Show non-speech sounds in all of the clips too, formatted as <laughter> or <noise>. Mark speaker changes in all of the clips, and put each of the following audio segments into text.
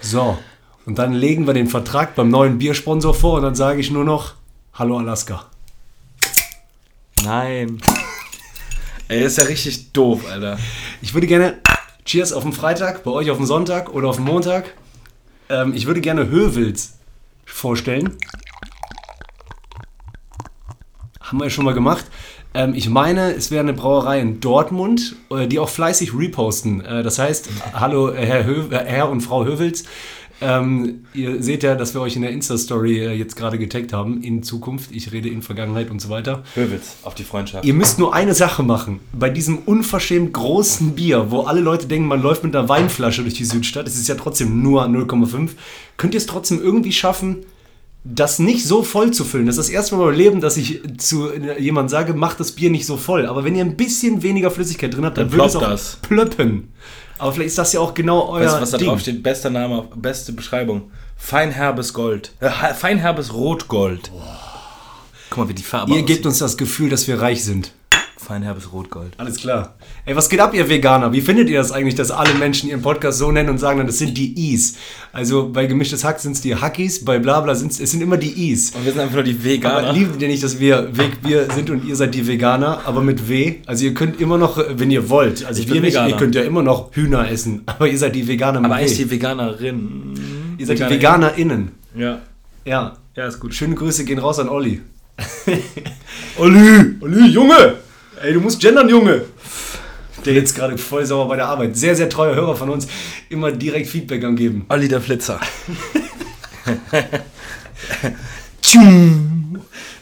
Speaker 1: So, und dann legen wir den Vertrag beim neuen Biersponsor vor und dann sage ich nur noch, hallo Alaska.
Speaker 2: Nein. <laughs> Ey, das ist ja richtig doof, Alter.
Speaker 1: Ich würde gerne, cheers auf den Freitag, bei euch auf den Sonntag oder auf den Montag. Ähm, ich würde gerne Höwels vorstellen. Haben wir ja schon mal gemacht. Ähm, ich meine, es wäre eine Brauerei in Dortmund, äh, die auch fleißig reposten. Äh, das heißt, hallo äh, Herr, Hö äh, Herr und Frau Höwels. Ähm, ihr seht ja, dass wir euch in der Insta-Story äh, jetzt gerade getaggt haben. In Zukunft, ich rede in Vergangenheit und so weiter.
Speaker 2: Höwitz auf die Freundschaft.
Speaker 1: Ihr müsst nur eine Sache machen. Bei diesem unverschämt großen Bier, wo alle Leute denken, man läuft mit einer Weinflasche durch die Südstadt, es ist ja trotzdem nur 0,5, könnt ihr es trotzdem irgendwie schaffen, das nicht so voll zu füllen. Das ist das erste Mal im Leben, dass ich zu jemandem sage, macht das Bier nicht so voll. Aber wenn ihr ein bisschen weniger Flüssigkeit drin habt, dann,
Speaker 2: Dann
Speaker 1: würde es auch
Speaker 2: ploppt das.
Speaker 1: plöppen. Aber vielleicht ist das ja auch genau euer
Speaker 2: Weißt du, was da
Speaker 1: Ding.
Speaker 2: drauf steht? Bester Name, beste Beschreibung. Feinherbes Gold. Äh, ha- Feinherbes Rotgold. Guck mal, wie die Farbe
Speaker 1: Ihr
Speaker 2: aussieht.
Speaker 1: gebt uns das Gefühl, dass wir reich sind.
Speaker 2: Feinherbes Rotgold.
Speaker 1: Alles klar. Ey, was geht ab, ihr Veganer? Wie findet ihr das eigentlich, dass alle Menschen ihren Podcast so nennen und sagen dann, das sind die Is? Also bei gemischtes Hack sind es die Hackies, bei Blabla sind es sind immer die Is.
Speaker 2: Und wir sind einfach nur die Veganer.
Speaker 1: Aber liebt ihr nicht, dass wir Wegbier sind und ihr seid die Veganer, aber mit W? Also ihr könnt immer noch, wenn ihr wollt, also
Speaker 2: Ich bin
Speaker 1: wir nicht, ihr
Speaker 2: Veganer.
Speaker 1: könnt ja immer noch Hühner essen, <laughs> aber ihr seid die Veganer mit
Speaker 2: Aber eigentlich
Speaker 1: W.
Speaker 2: die Veganerin.
Speaker 1: Ihr seid die VeganerInnen.
Speaker 2: Ja.
Speaker 1: Ja.
Speaker 2: Ja, ist gut.
Speaker 1: Schöne Grüße gehen raus an Olli.
Speaker 2: Olli!
Speaker 1: <laughs> Olli, Junge! Ey, du musst gendern, Junge! Der jetzt gerade voll sauer bei der Arbeit. Sehr, sehr treuer Hörer von uns. Immer direkt Feedback am geben.
Speaker 2: Olli der <laughs> Flitzer.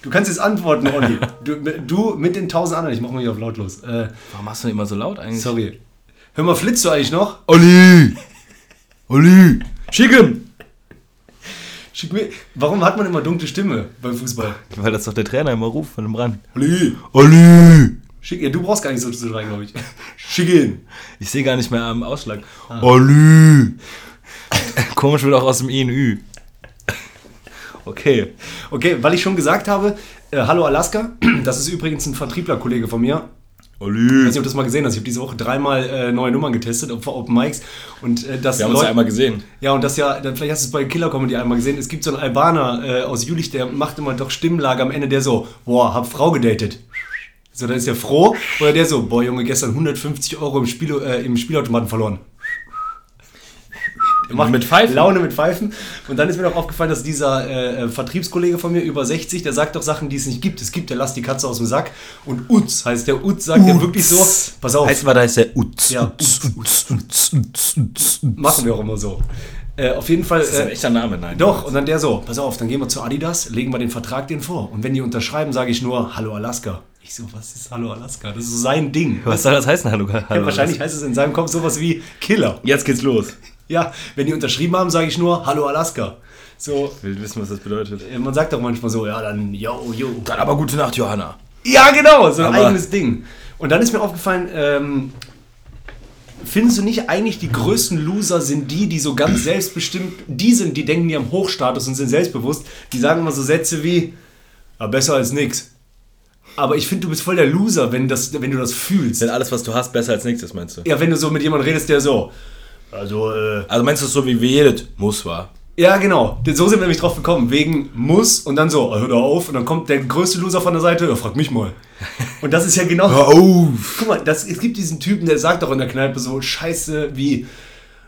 Speaker 1: Du kannst jetzt antworten, <laughs> Olli. Du, du mit den tausend anderen. Ich mach mal hier auf lautlos. Äh,
Speaker 2: Warum machst du denn immer so laut eigentlich?
Speaker 1: sorry. Hör mal, flitzt du eigentlich noch?
Speaker 2: Olli! Olli! Schicken!
Speaker 1: Schick mir, warum hat man immer dunkle Stimme beim Fußball?
Speaker 2: Weil das doch der Trainer immer ruft von dem Rand.
Speaker 1: Olli!
Speaker 2: Olli!
Speaker 1: Schick, ja, du brauchst gar nicht so zu schreien, glaube ich. <laughs> Schick ihn!
Speaker 2: Ich sehe gar nicht mehr am Ausschlag. Olli! <laughs> Komisch wird auch aus dem I ein Ü. Okay.
Speaker 1: Okay, weil ich schon gesagt habe, äh, hallo Alaska, <clears throat> das ist übrigens ein Vertrieblerkollege von mir. Ich weiß nicht,
Speaker 2: Olli!
Speaker 1: ob du das mal gesehen hast. Ich habe diese Woche dreimal äh, neue Nummern getestet auf Open Mics. Und äh, das
Speaker 2: Wir haben uns
Speaker 1: Leute-
Speaker 2: ja einmal gesehen.
Speaker 1: Ja, und das ja, dann vielleicht hast du es bei Killer Comedy einmal gesehen. Es gibt so einen Albaner äh, aus Jülich, der macht immer doch Stimmlage am Ende, der so, boah, hab Frau gedatet. So, dann ist er froh. Oder der so, boah, Junge, gestern 150 Euro im, Spiel, äh, im Spielautomaten verloren. Der macht
Speaker 2: Mit Pfeifen?
Speaker 1: Laune mit Pfeifen. Und dann ist mir noch aufgefallen, dass dieser äh, äh, Vertriebskollege von mir, über 60, der sagt doch Sachen, die es nicht gibt. Es gibt der Lass die Katze aus dem Sack. Und Utz heißt der Utz, sagt der wirklich so, pass auf.
Speaker 2: Heißt mal, da ist der Utz.
Speaker 1: Ja,
Speaker 2: Utz, Utz, Utz, Utz, Utz, Utz.
Speaker 1: Machen wir auch immer so. Äh, auf jeden Fall.
Speaker 2: Das ist ein echter Name, nein.
Speaker 1: Doch, und dann der so, pass auf, dann gehen wir zu Adidas, legen wir den Vertrag den vor. Und wenn die unterschreiben, sage ich nur, Hallo Alaska. Ich so, was ist Hallo Alaska? Das ist so sein Ding.
Speaker 2: Was soll das heißen, Hallo?
Speaker 1: ja,
Speaker 2: Hallo
Speaker 1: wahrscheinlich heißt es in seinem Kopf sowas wie Killer.
Speaker 2: Jetzt geht's los.
Speaker 1: Ja, wenn die unterschrieben haben, sage ich nur, Hallo Alaska. So,
Speaker 2: Ich will wissen, was das bedeutet.
Speaker 1: äh, man sagt doch manchmal so, ja, dann, yo, yo.
Speaker 2: Dann aber gute Nacht, Johanna.
Speaker 1: Ja, genau, so ein
Speaker 2: Aber-
Speaker 1: eigenes Ding. Und dann ist mir aufgefallen, ähm, findest du nicht eigentlich die größten Loser sind die, die so ganz selbstbestimmt, die sind, die denken, die haben Hochstatus und sind selbstbewusst, die sagen immer so Sätze wie, ja, besser als nix. Aber ich finde, du bist voll der Loser, wenn, das, wenn du das fühlst.
Speaker 2: Denn alles, was du hast, besser als nichts ist, meinst du?
Speaker 1: Ja, wenn du so mit jemandem redest, der so, also, äh,
Speaker 2: Also meinst du es so, wie wir jedes muss, war?
Speaker 1: ja, genau. Denn So sind wir nämlich drauf gekommen. Wegen muss und dann so, hör doch auf. Und dann kommt der größte Loser von der Seite, ja, frag mich mal. Und das ist ja
Speaker 2: <laughs>
Speaker 1: genau.
Speaker 2: Oh, auf!
Speaker 1: Guck mal, das, es gibt diesen Typen, der sagt doch in der Kneipe so Scheiße wie,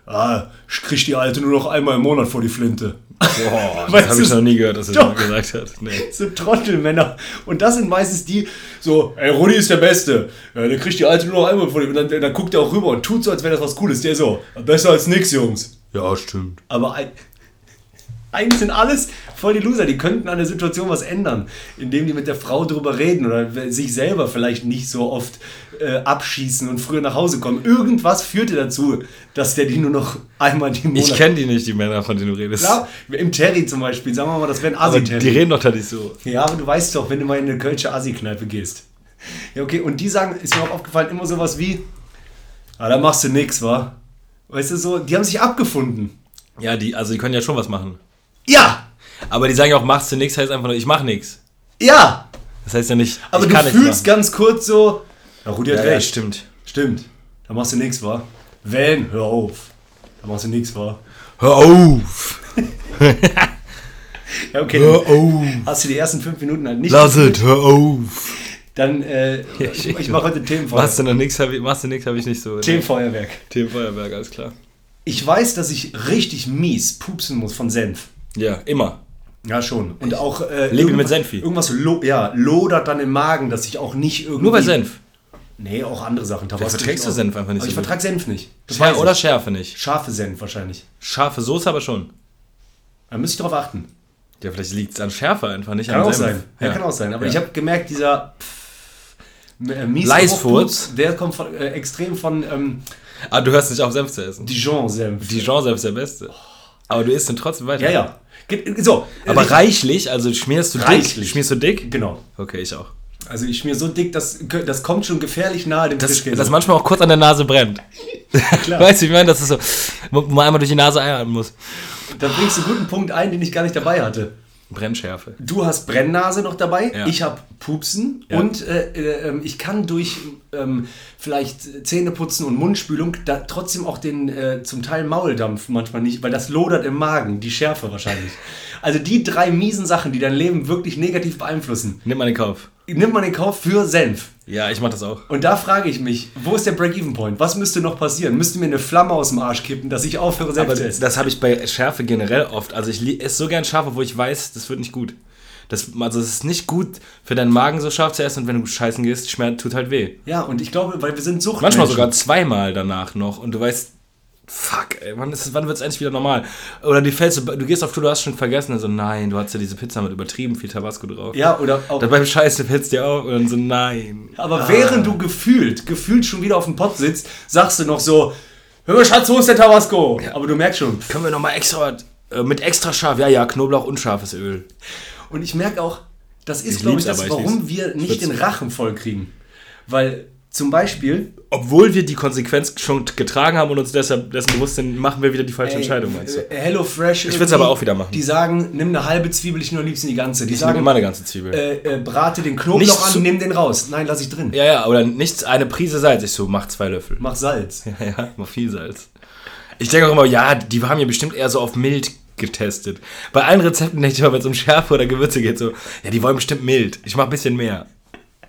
Speaker 1: ah, ich krieg die Alte nur noch einmal im Monat vor die Flinte. <laughs>
Speaker 2: Boah, das
Speaker 1: Weißt
Speaker 2: habe ich
Speaker 1: du-
Speaker 2: noch nie gehört, dass er
Speaker 1: Doch.
Speaker 2: das gesagt hat. Nee.
Speaker 1: So Trottelmänner. Und das sind meistens die, so, ey, Rudi ist der Beste. Ja, der kriegt die Alte nur noch einmal vor die Flinte. Und dann, dann guckt er auch rüber und tut so, als wäre das was Cooles. Der so, besser als nix, Jungs.
Speaker 2: Ja, stimmt.
Speaker 1: Aber ein, eigentlich sind alles voll die Loser. Die könnten an der Situation was ändern, indem die mit der Frau drüber reden oder sich selber vielleicht nicht so oft äh, abschießen und früher nach Hause kommen. Irgendwas führte dazu, dass der die nur noch einmal die Monat.
Speaker 2: Ich kenne die nicht, die Männer, von denen du redest.
Speaker 1: Klar, im Terry zum Beispiel, sagen wir mal, das wäre ein
Speaker 2: Aber die
Speaker 1: Asi-Terry.
Speaker 2: reden doch da nicht so.
Speaker 1: Ja, aber du weißt doch, wenn du mal in eine Kölsche Asi-Kneipe gehst. Ja, okay, und die sagen, ist mir auch aufgefallen, immer sowas wie, ah, da machst du nix, wa? Weißt du, so, die haben sich abgefunden.
Speaker 2: Ja, die, also die können ja schon was machen.
Speaker 1: Ja!
Speaker 2: Aber die sagen ja auch, machst du nichts, heißt einfach nur, ich mach nichts.
Speaker 1: Ja!
Speaker 2: Das heißt ja nicht,
Speaker 1: Aber
Speaker 2: ich
Speaker 1: du
Speaker 2: kann nichts
Speaker 1: fühlst
Speaker 2: machen.
Speaker 1: ganz kurz so. Ja, Rudi hat
Speaker 2: Ja, ja,
Speaker 1: recht.
Speaker 2: stimmt.
Speaker 1: stimmt. Da machst du nichts, wa? Van, hör auf. Da machst du nichts, wa?
Speaker 2: Hör auf!
Speaker 1: Ja, okay.
Speaker 2: Hör
Speaker 1: dann
Speaker 2: auf!
Speaker 1: Hast du die ersten fünf Minuten halt nicht?
Speaker 2: Lass es, hör <laughs> auf!
Speaker 1: Dann, äh, ich, ich mache heute Themenfeuer.
Speaker 2: Machst du noch nichts, habe ich, machst du nix, hab ich nicht so.
Speaker 1: Themenfeuerwerk.
Speaker 2: Themenfeuerwerk, alles klar.
Speaker 1: Ich weiß, dass ich richtig mies pupsen muss von Senf.
Speaker 2: Ja, immer.
Speaker 1: Ja, schon. Und auch. Äh,
Speaker 2: Lebe mit
Speaker 1: irgendwas-
Speaker 2: Senfi.
Speaker 1: Irgendwas lo ja, lodert dann im Magen, dass ich auch nicht irgendwie.
Speaker 2: Nur bei Senf.
Speaker 1: Nee, auch andere Sachen. Tabasco
Speaker 2: verträgst
Speaker 1: ich
Speaker 2: du Senf einfach nicht
Speaker 1: Aber
Speaker 2: so
Speaker 1: ich
Speaker 2: gut.
Speaker 1: vertrag Senf nicht. Das
Speaker 2: Schärfe
Speaker 1: weiß
Speaker 2: oder
Speaker 1: ich.
Speaker 2: Schärfe nicht.
Speaker 1: Scharfe Senf wahrscheinlich.
Speaker 2: Scharfe Soße aber schon.
Speaker 1: Da müsste ich drauf achten.
Speaker 2: Ja, vielleicht liegt es an Schärfe einfach nicht.
Speaker 1: Kann
Speaker 2: an
Speaker 1: auch
Speaker 2: Senf.
Speaker 1: sein. Ja, kann auch sein. Aber
Speaker 2: Ja.
Speaker 1: ich habe gemerkt, dieser. Pff, äh, miese
Speaker 2: Leisfurz.
Speaker 1: Hochpups, Der kommt von, äh, extrem von ähm,
Speaker 2: Aber Ah, du hörst nicht auf, Senf zu essen.
Speaker 1: Dijon-Senf.
Speaker 2: Dijon-Senf ist der beste. Aber du isst ihn trotzdem weiter.
Speaker 1: Ja, ja. Ge- So.
Speaker 2: Aber
Speaker 1: Richtig.
Speaker 2: reichlich, also schmierst du dick.
Speaker 1: Reichlich.
Speaker 2: Schmierst du dick?
Speaker 1: Genau.
Speaker 2: Okay, ich auch.
Speaker 1: Also ich schmier so dick, das, das kommt schon gefährlich nahe dem
Speaker 2: Das,
Speaker 1: Frischkäse.
Speaker 2: das manchmal auch kurz an der Nase brennt.
Speaker 1: Klar.
Speaker 2: <laughs> Weißt du, ich meine, dass es so, wo man einmal durch die Nase einatmen muss.
Speaker 1: da bringst du einen guten Punkt ein, den ich gar nicht dabei hatte.
Speaker 2: Brennschärfe.
Speaker 1: Du hast Brennnase noch dabei,
Speaker 2: Ja.
Speaker 1: ich habe Pupsen
Speaker 2: Ja.
Speaker 1: und äh, äh, ähm, ich kann durch ähm, vielleicht Zähneputzen und Mundspülung da trotzdem auch den äh, zum Teil Mauldampf manchmal nicht, weil das lodert im Magen, die Schärfe wahrscheinlich. Also die drei miesen Sachen, die dein Leben wirklich negativ beeinflussen,
Speaker 2: Nimm mal den Kauf.
Speaker 1: nimmt man in Kauf für Senf.
Speaker 2: Ja, ich mach das auch.
Speaker 1: Und da frage ich mich, wo ist der Break-Even-Point? Was müsste noch passieren? Müsste mir eine Flamme aus dem Arsch kippen, dass ich aufhöre, Senf
Speaker 2: Aber
Speaker 1: zu essen?
Speaker 2: das habe ich bei Schärfe generell oft. Also ich li- esse so gern scharf, obwohl ich weiß, das wird nicht gut. Das, also es ist nicht gut für deinen Magen so scharf zu essen und wenn du scheißen gehst, Schmerz tut halt weh.
Speaker 1: Ja, und ich glaube, weil wir sind Sucht.
Speaker 2: Manchmal sogar zweimal danach noch und du weißt, fuck, ey, wann, ist- wann wird es endlich wieder normal? Oder die fällst du, du gehst auf Tour, du hast schon vergessen, also nein, du hast ja diese Pizza mit übertrieben viel Tabasco drauf.
Speaker 1: Ja, oder auch.
Speaker 2: Dann beim Scheißen fällst dir auf und dann so nein.
Speaker 1: Aber während du gefühlt, gefühlt schon wieder auf dem Pott sitzt, sagst du noch so, hör mal, Schatz, wo ist der Tabasco? Aber du merkst schon.
Speaker 2: Können wir nochmal extra, äh, mit extra scharf, ja, ja, Knoblauch und scharfes Öl.
Speaker 1: Und ich merke auch, das ist,
Speaker 2: Ich
Speaker 1: glaube ich,
Speaker 2: lieb's,
Speaker 1: das,
Speaker 2: aber ich
Speaker 1: warum
Speaker 2: lieb's.
Speaker 1: wir
Speaker 2: Ich
Speaker 1: nicht den
Speaker 2: würd's-
Speaker 1: Rachen voll kriegen. Weil zum Beispiel,
Speaker 2: Obwohl wir die Konsequenz schon getragen haben und uns deshalb dessen bewusst sind, machen wir wieder die falsche Entscheidung, meinst du?
Speaker 1: äh, Hello Fresh. Ich
Speaker 2: würd's aber auch wieder machen.
Speaker 1: Die sagen, nimm eine halbe Zwiebel, ich nur am liebsten die ganze. Die
Speaker 2: Ich nehme
Speaker 1: sagen,
Speaker 2: immer eine ganze Zwiebel.
Speaker 1: äh, äh, brate den Knoblauch
Speaker 2: Nicht
Speaker 1: an,
Speaker 2: zu-
Speaker 1: nimm den raus. Nein, lass ich drin.
Speaker 2: ja, ja, oder nichts, eine Prise Salz. Ich so, mach zwei Löffel.
Speaker 1: Mach Salz.
Speaker 2: <laughs> Ja, ja, mach viel Salz. Ich denke auch immer, ja, die haben ja bestimmt eher so auf mild getestet. Bei allen Rezepten denke ich immer, wenn es um Schärfe oder Gewürze geht, so, ja, die wollen bestimmt mild. Ich mache ein bisschen mehr.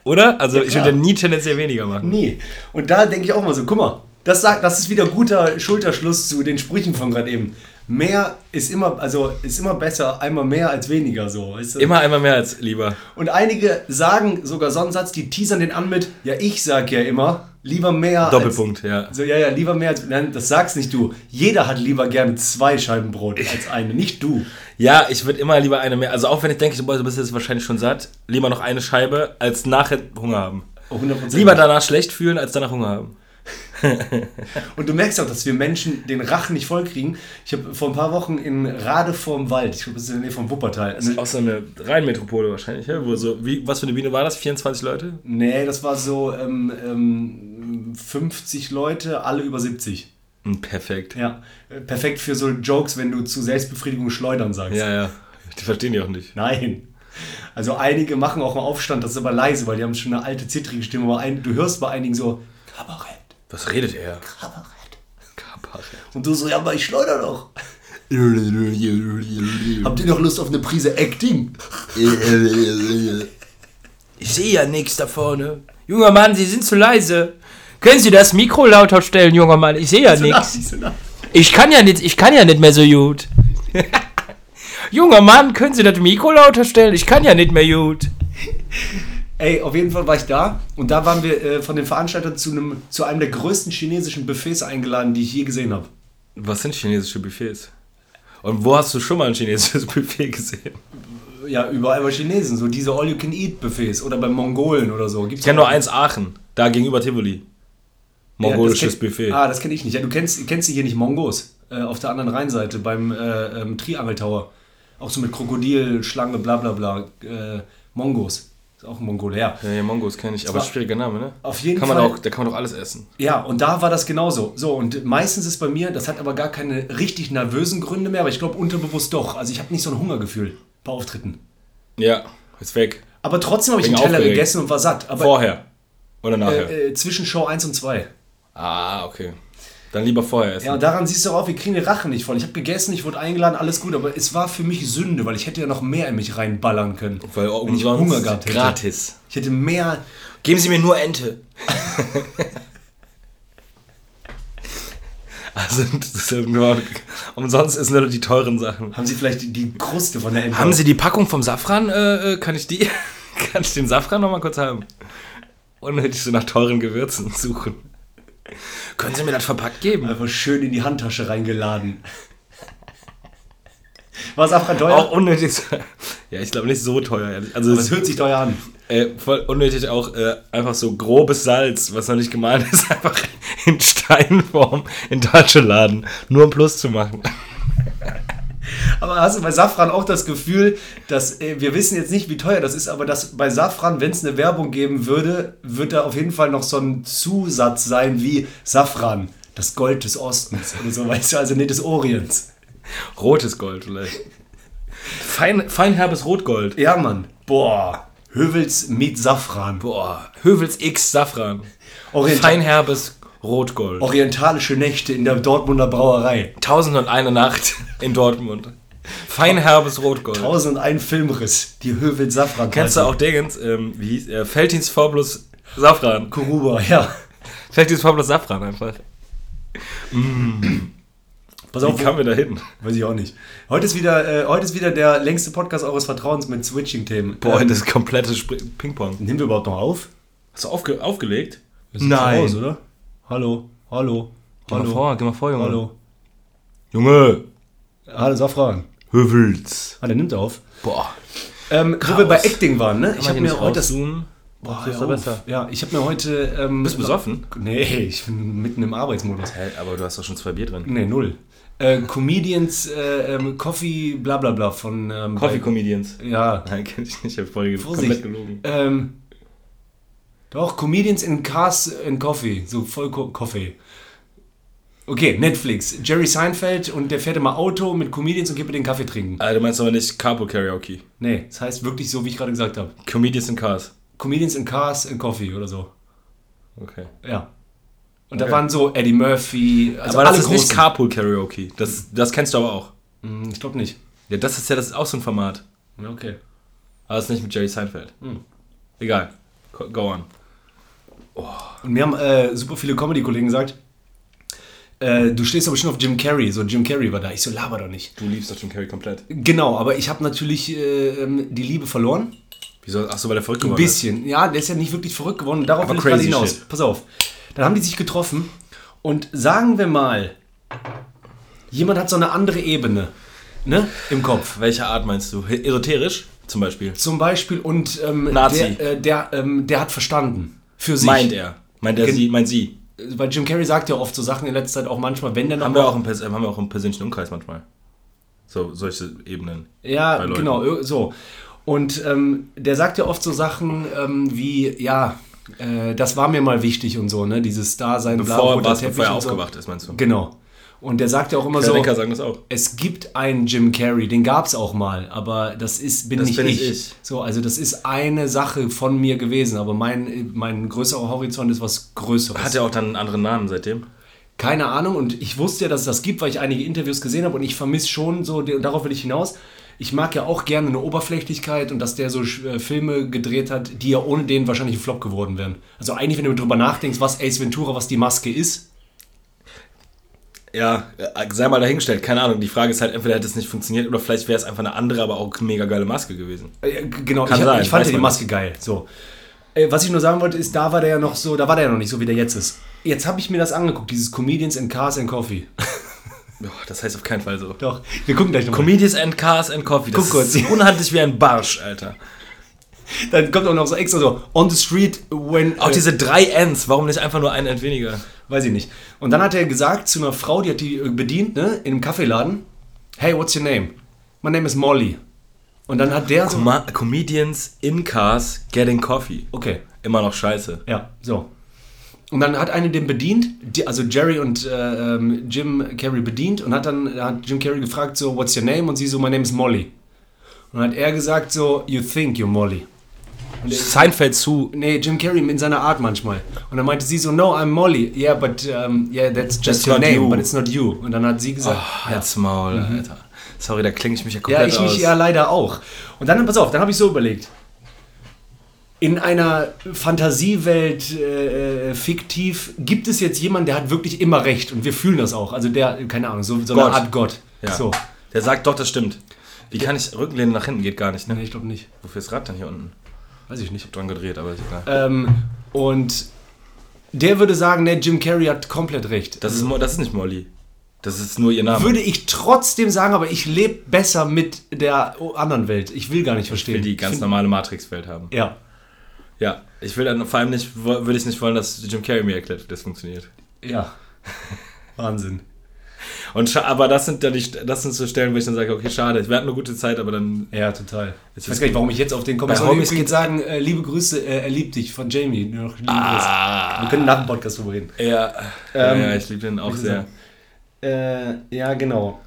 Speaker 2: Oder? Also ich
Speaker 1: klar.
Speaker 2: würde nie tendenziell weniger machen.
Speaker 1: Nee. Und da denke ich auch mal so, guck mal, das, sagt, das ist wieder guter Schulterschluss zu den Sprüchen von gerade eben. Mehr ist immer, also ist immer besser, einmal mehr als weniger so. Weißt du?
Speaker 2: Immer einmal mehr als lieber.
Speaker 1: Und einige sagen sogar so einen Satz, die teasern den an mit, ja, ich sag ja immer, lieber mehr
Speaker 2: Doppelpunkt, ja.
Speaker 1: als. So, ja, ja, lieber mehr als. Nein, das sagst nicht du. Jeder hat lieber gerne zwei Scheiben Brot als eine, nicht du.
Speaker 2: Ja, ich würde immer lieber eine mehr. Also auch wenn ich denke, boah, du bist jetzt wahrscheinlich schon satt, lieber noch eine Scheibe, als nachher Hunger haben.
Speaker 1: 100%.
Speaker 2: Lieber danach schlecht fühlen, als danach Hunger haben.
Speaker 1: Und du merkst auch, dass wir Menschen den Rachen nicht vollkriegen. Ich habe vor ein paar Wochen in Rade vorm Wald, ich glaube, das ist in der Nähe von Wuppertal. Also,
Speaker 2: Auch so eine Rheinmetropole wahrscheinlich, ja? wo so, wie, was für eine Biene war das? 24 Leute?
Speaker 1: nee, das war so ähm, ähm, 50 Leute, alle über 70.
Speaker 2: Hm, Perfekt.
Speaker 1: Ja, äh, perfekt für so Jokes, wenn du zu Selbstbefriedigung schleudern sagst.
Speaker 2: Ja, ja. Die verstehen die auch nicht.
Speaker 1: Nein. Also einige machen auch einen Aufstand, das ist aber leise, weil die haben schon eine alte, zittrige Stimme. Aber ein, du hörst bei einigen so, Kabarett,
Speaker 2: Was redet er?
Speaker 1: Kabarett. Und du so, ja, aber ich schleuder doch. Habt ihr noch Lust auf eine Prise <laughs> Acting?
Speaker 2: Ich sehe ja nichts da vorne. Junger Mann, Sie sind zu leise. Können Sie das Mikro lauter stellen, junger Mann? Ich sehe ja nichts. Ich kann ja nicht, ich kann ja nicht mehr so <laughs> gut. junger Mann, können Sie das Mikro lauter stellen? Ich kann ja nicht mehr gut.
Speaker 1: Ey, auf jeden Fall war ich da und da waren wir äh, von den Veranstaltern zu, einem, zu einem der größten chinesischen Buffets eingeladen, die ich je gesehen habe.
Speaker 2: Was sind chinesische Buffets? Und wo hast du schon mal ein chinesisches <laughs> Buffet gesehen?
Speaker 1: Ja, überall bei Chinesen, so diese All-You-Can-Eat-Buffets oder bei Mongolen oder so. Gibt's
Speaker 2: Ich kenne nur eins Aachen, da gegenüber Tivoli. Mongolisches
Speaker 1: ja, das kenn-
Speaker 2: Buffet.
Speaker 1: Ah, das kenne ich nicht. Ja, du kennst, kennst sie hier nicht Mongos. Äh, auf der anderen Rheinseite beim äh, ähm, Triangel Tower. Auch so mit Krokodil, Schlange, bla bla bla. Äh, Mongos. Ist auch ein Mongole, ja.
Speaker 2: Ja, ja, Mongos kenne ich, aber
Speaker 1: Zwar-
Speaker 2: schwieriger Name, ne?
Speaker 1: Auf jeden
Speaker 2: kann man
Speaker 1: Fall-
Speaker 2: Auch, da kann man doch alles essen.
Speaker 1: Ja, und da war das genauso. So, und meistens ist bei mir, das hat aber gar keine richtig nervösen Gründe mehr, aber ich glaube unterbewusst doch. Also ich habe nicht so ein Hungergefühl bei Auftritten.
Speaker 2: Ja, ist weg.
Speaker 1: Aber trotzdem habe ich
Speaker 2: Bin
Speaker 1: einen Teller
Speaker 2: aufgeregt.
Speaker 1: gegessen und war satt. Aber
Speaker 2: Vorher. Oder nachher.
Speaker 1: äh, äh, zwischen Show 1 und 2.
Speaker 2: ah, okay. Dann lieber vorher essen.
Speaker 1: Ja, und daran siehst du auch, wir kriegen den Rachen nicht voll. Ich habe gegessen, ich wurde eingeladen, alles gut, aber es war für mich Sünde, weil ich hätte ja noch mehr in mich reinballern können.
Speaker 2: Weil
Speaker 1: wenn ich
Speaker 2: umsonst
Speaker 1: Hunger gehabt hätte.
Speaker 2: gratis.
Speaker 1: Ich hätte mehr.
Speaker 2: Geben Sie mir nur Ente. <laughs> also, das ist ja nur, umsonst ist nur die teuren Sachen.
Speaker 1: Haben Sie vielleicht die, die Kruste von der Ente?
Speaker 2: Haben Sie die Packung vom Safran? Äh, äh, kann ich die? <laughs> Kann ich den Safran nochmal kurz haben? Unnötig so nach teuren Gewürzen suchen. Können Sie mir das verpackt geben?
Speaker 1: einfach schön in die Handtasche reingeladen. War Safran teuer?
Speaker 2: Auch unnötig. so- Ja, ich glaube nicht so teuer. ehrlich. Also,
Speaker 1: aber
Speaker 2: es
Speaker 1: es hört sich teuer an.
Speaker 2: Äh, voll unnötig auch äh, einfach so grobes Salz, was noch nicht gemahlen ist, <laughs> einfach in Steinform in Tasche laden, nur um Plus zu machen.
Speaker 1: Aber hast du bei Safran auch das Gefühl, dass äh, wir wissen jetzt nicht, wie teuer das ist, aber dass bei Safran, wenn es eine Werbung geben würde, wird da auf jeden Fall noch so ein Zusatz sein wie Safran, das Gold des Ostens oder so, <laughs> weißt du, also nicht des Orients.
Speaker 2: Rotes Gold vielleicht. Fein, feinherbes Rotgold.
Speaker 1: Ja, Mann. Boah. Hövels mit Safran.
Speaker 2: Boah, Hövels X Safran.
Speaker 1: Orienta-
Speaker 2: Feinherbes Rotgold.
Speaker 1: Orientalische Nächte in der Dortmunder Brauerei.
Speaker 2: 1001 Nacht in Dortmund. Feinherbes Rotgold.
Speaker 1: 1001 Filmriss. Die Hövels Safran.
Speaker 2: Kennst du auch Dingens, ähm, wie hieß er? Feltins Vorblus Safran.
Speaker 1: Kuruba, <laughs> ja.
Speaker 2: Feltins Vorblus Safran einfach.
Speaker 1: Pass
Speaker 2: Wie
Speaker 1: auf,
Speaker 2: kamen wir da hin?
Speaker 1: Weiß ich auch nicht. Heute ist wieder, äh, heute ist wieder der längste Podcast eures Vertrauens mit Switching-Themen.
Speaker 2: Boah,
Speaker 1: Ähm,
Speaker 2: das komplette Spr- Ping-Pong.
Speaker 1: nehmen wir überhaupt noch auf?
Speaker 2: Hast du aufge aufgelegt?
Speaker 1: Nein.
Speaker 2: Raus,
Speaker 1: oder? Hallo, hallo,
Speaker 2: Geh mal
Speaker 1: hallo,
Speaker 2: vor, geh mal vor, Junge.
Speaker 1: hallo. Ah,
Speaker 2: Junge,
Speaker 1: Hallo Safran.
Speaker 2: Hövels.
Speaker 1: Ah, der nimmt auf.
Speaker 2: Boah.
Speaker 1: Ähm, wo wir bei Acting waren, ne? Ich
Speaker 2: Ich hab
Speaker 1: habe mir heute das...
Speaker 2: Zoom.
Speaker 1: Boah,
Speaker 2: Das ist
Speaker 1: hör
Speaker 2: ja
Speaker 1: auf.
Speaker 2: besser.
Speaker 1: Ja, ich habe mir heute... Ähm,
Speaker 2: Bist du besoffen?
Speaker 1: Nee, ich bin mitten im Arbeitsmodus.
Speaker 2: Hä, aber du hast doch schon zwei Bier <laughs> drin.
Speaker 1: Nee, null. Äh, Comedians, äh, ähm, Coffee, bla bla bla von... Ähm,
Speaker 2: Coffee Comedians.
Speaker 1: bei, Ja,
Speaker 2: Nein, kenn ich nicht. Ich hab vorher
Speaker 1: Vorsicht.
Speaker 2: komplett gelogen.
Speaker 1: Ähm, doch, Comedians in Cars in Coffee. So voll Co Coffee. Okay, Netflix. Jerry Seinfeld und der fährt immer Auto mit Comedians und geht mit den Kaffee trinken.
Speaker 2: Ah, du meinst aber nicht Capo Karaoke.
Speaker 1: Nee, das heißt wirklich so, wie ich gerade gesagt habe.
Speaker 2: Comedians in Cars.
Speaker 1: Comedians in Cars in Coffee oder so.
Speaker 2: Okay.
Speaker 1: Ja. Und da
Speaker 2: Okay.
Speaker 1: waren so Eddie Murphy, also
Speaker 2: aber das
Speaker 1: alle
Speaker 2: ist nicht
Speaker 1: großen.
Speaker 2: Carpool Karaoke. Das, das kennst du aber auch.
Speaker 1: Hm, ich glaube nicht.
Speaker 2: Ja, das ist ja das ist auch so ein Format.
Speaker 1: Ja, okay.
Speaker 2: Aber das ist nicht mit Jerry Seinfeld. Egal. Co- Go on.
Speaker 1: Und mir haben äh, super viele Comedy-Kollegen gesagt, äh, du stehst doch bestimmt auf Jim Carrey. So, Jim Carrey war da. Ich so, laber doch nicht.
Speaker 2: Du liebst doch Jim Carrey komplett.
Speaker 1: Genau, aber ich habe natürlich äh, ähm, die Liebe verloren.
Speaker 2: Wieso? Achso, weil der verrückt
Speaker 1: Ein
Speaker 2: geworden ist.
Speaker 1: bisschen. Ja, der ist ja nicht wirklich verrückt geworden. und Darauf
Speaker 2: Aber
Speaker 1: will ich gerade
Speaker 2: crazy
Speaker 1: hinaus.
Speaker 2: shit.
Speaker 1: Pass auf. Dann haben die sich getroffen und sagen wir mal, jemand hat so eine andere Ebene ne, im Kopf.
Speaker 2: Welche Art meinst du? He- Esoterisch zum Beispiel?
Speaker 1: Zum Beispiel und ähm,
Speaker 2: Nazi.
Speaker 1: der, äh, der, ähm, der hat verstanden. Für sich.
Speaker 2: Meint er. Meint er
Speaker 1: Gen-
Speaker 2: sie? Meint sie?
Speaker 1: Weil Jim Carrey sagt ja oft so Sachen in letzter Zeit auch manchmal, wenn der noch
Speaker 2: Haben wir, auch im, pers- haben wir auch im persönlichen Umkreis manchmal. So, solche Ebenen.
Speaker 1: Ja,
Speaker 2: bei Leuten.
Speaker 1: genau, ir- so. Und ähm, der sagt ja oft so Sachen ähm, wie, ja, äh, das war mir mal wichtig und so, ne? Dieses Dasein, bla,
Speaker 2: Bevor,
Speaker 1: roter
Speaker 2: was, bevor er
Speaker 1: und so.
Speaker 2: aufgewacht ist, meinst du?
Speaker 1: Genau. Und der sagt ja auch immer so,
Speaker 2: Denker sagen das auch.
Speaker 1: es gibt einen Jim Carrey, den gab es auch mal, aber das ist, bin
Speaker 2: Das
Speaker 1: nicht
Speaker 2: bin
Speaker 1: ich.
Speaker 2: nicht ich.
Speaker 1: So, also das ist eine Sache von mir gewesen, aber mein, mein größerer Horizont ist was Größeres.
Speaker 2: Hat er auch dann einen anderen Namen seitdem?
Speaker 1: Keine Ahnung und ich wusste ja, dass es das gibt, weil ich einige Interviews gesehen habe und ich vermisse schon so, und darauf will ich hinaus, ich mag ja auch gerne eine Oberflächlichkeit und dass der so äh, Filme gedreht hat, die ja ohne den wahrscheinlich ein Flop geworden wären. Also eigentlich, wenn du drüber nachdenkst, was Ace Ventura, was die Maske ist,
Speaker 2: Ja, äh, sei mal dahingestellt, keine Ahnung. Die Frage ist halt, entweder hätte es nicht funktioniert oder vielleicht wäre es einfach eine andere, aber auch mega geile Maske gewesen.
Speaker 1: Äh, g- Genau,
Speaker 2: Kann
Speaker 1: ich,
Speaker 2: sein,
Speaker 1: ich fand
Speaker 2: weiß
Speaker 1: ja die
Speaker 2: man
Speaker 1: Maske geil. So. Äh, Was ich nur sagen wollte, ist, da war der ja noch so, da war der ja noch nicht so, wie der jetzt ist. Jetzt habe ich mir das angeguckt, dieses Comedians in Cars and Coffee. <laughs>
Speaker 2: Boah, das heißt auf keinen Fall so.
Speaker 1: Doch, wir gucken gleich nochmal.
Speaker 2: Comedians and Cars and Coffee. Das
Speaker 1: Guck kurz.
Speaker 2: ist unhandlich wie ein Barsch, Alter.
Speaker 1: Dann kommt auch noch so extra so, on the street when...
Speaker 2: Auch
Speaker 1: äh,
Speaker 2: diese drei Ns, warum nicht einfach nur ein N weniger?
Speaker 1: weiß ich nicht. Und dann hat er gesagt zu einer Frau, die hat die äh, bedient, ne, in einem Kaffeeladen, hey, what's your name? My name is Molly. Und dann hat der so...
Speaker 2: Coma Comedians in Cars getting Coffee.
Speaker 1: Okay,
Speaker 2: Immer noch scheiße.
Speaker 1: ja, so. Und dann hat eine den bedient, die, also Jerry und äh, ähm, Jim Carrey bedient und hat dann hat Jim Carrey gefragt so, what's your name? Und sie so, my name is Molly. Und dann hat er gesagt so, you think you're Molly. Und er-
Speaker 2: Seinfeld zu.
Speaker 1: Nee, Jim Carrey in seiner Art manchmal. Und dann meinte sie so, no, I'm Molly. Yeah, but um, yeah, that's just
Speaker 2: That's
Speaker 1: your
Speaker 2: not
Speaker 1: name,
Speaker 2: you.
Speaker 1: but it's not you. Und dann hat sie gesagt,
Speaker 2: Ach, Ah, halt's Maul, Alter. Sorry, da klinge ich mich ja
Speaker 1: Mhm. ja,
Speaker 2: komplett
Speaker 1: ich
Speaker 2: aus.
Speaker 1: mich ja leider auch. Und dann, pass auf, dann habe ich so überlegt. In einer Fantasiewelt äh, äh, fiktiv gibt es jetzt jemanden, der hat wirklich immer recht und wir fühlen das auch. Also der, keine Ahnung, so, so eine
Speaker 2: Gott.
Speaker 1: Art Gott.
Speaker 2: Ja.
Speaker 1: So.
Speaker 2: Der sagt doch, das stimmt. Wie kann ich Rückenlehne nach hinten geht gar nicht,
Speaker 1: Nee,
Speaker 2: ne?
Speaker 1: ich glaube nicht.
Speaker 2: Wofür ist Rad dann hier unten?
Speaker 1: Weiß ich nicht.
Speaker 2: Dran gedreht, aber ist egal.
Speaker 1: Ähm, und der würde sagen, nee, Jim Carrey hat komplett recht.
Speaker 2: Das ist, Mo- das ist nicht Molly. Das ist nur ihr Name.
Speaker 1: würde ich trotzdem sagen, aber ich lebe besser mit der anderen Welt. Ich will gar nicht verstehen.
Speaker 2: will die ganz
Speaker 1: Ich find-
Speaker 2: normale Matrix-Welt haben.
Speaker 1: Ja.
Speaker 2: Ja, ich will dann vor allem nicht, wo- würde ich nicht wollen, dass Jim Carrey mir erklärt, wie das funktioniert.
Speaker 1: Ja. <laughs> Wahnsinn.
Speaker 2: Und scha- aber das sind dann die, St- das sind so Stellen, wo ich dann sage, okay, schade, wir hatten eine gute Zeit, aber dann
Speaker 1: Ja, total. Ich
Speaker 2: Es
Speaker 1: weiß
Speaker 2: ist-
Speaker 1: gar nicht, warum ich jetzt auf den komme.
Speaker 2: Bei
Speaker 1: Ich soll
Speaker 2: Hobby-
Speaker 1: übrigens jetzt sagen, äh, liebe Grüße, äh, er liebt dich von Jamie. Nur noch liebe Grüße. Wir
Speaker 2: ah,
Speaker 1: können nach dem Podcast drüber reden.
Speaker 2: ja,
Speaker 1: Ähm,
Speaker 2: ja, ich liebe den auch
Speaker 1: wie
Speaker 2: sehr.
Speaker 1: gesagt. Äh, ja, genau.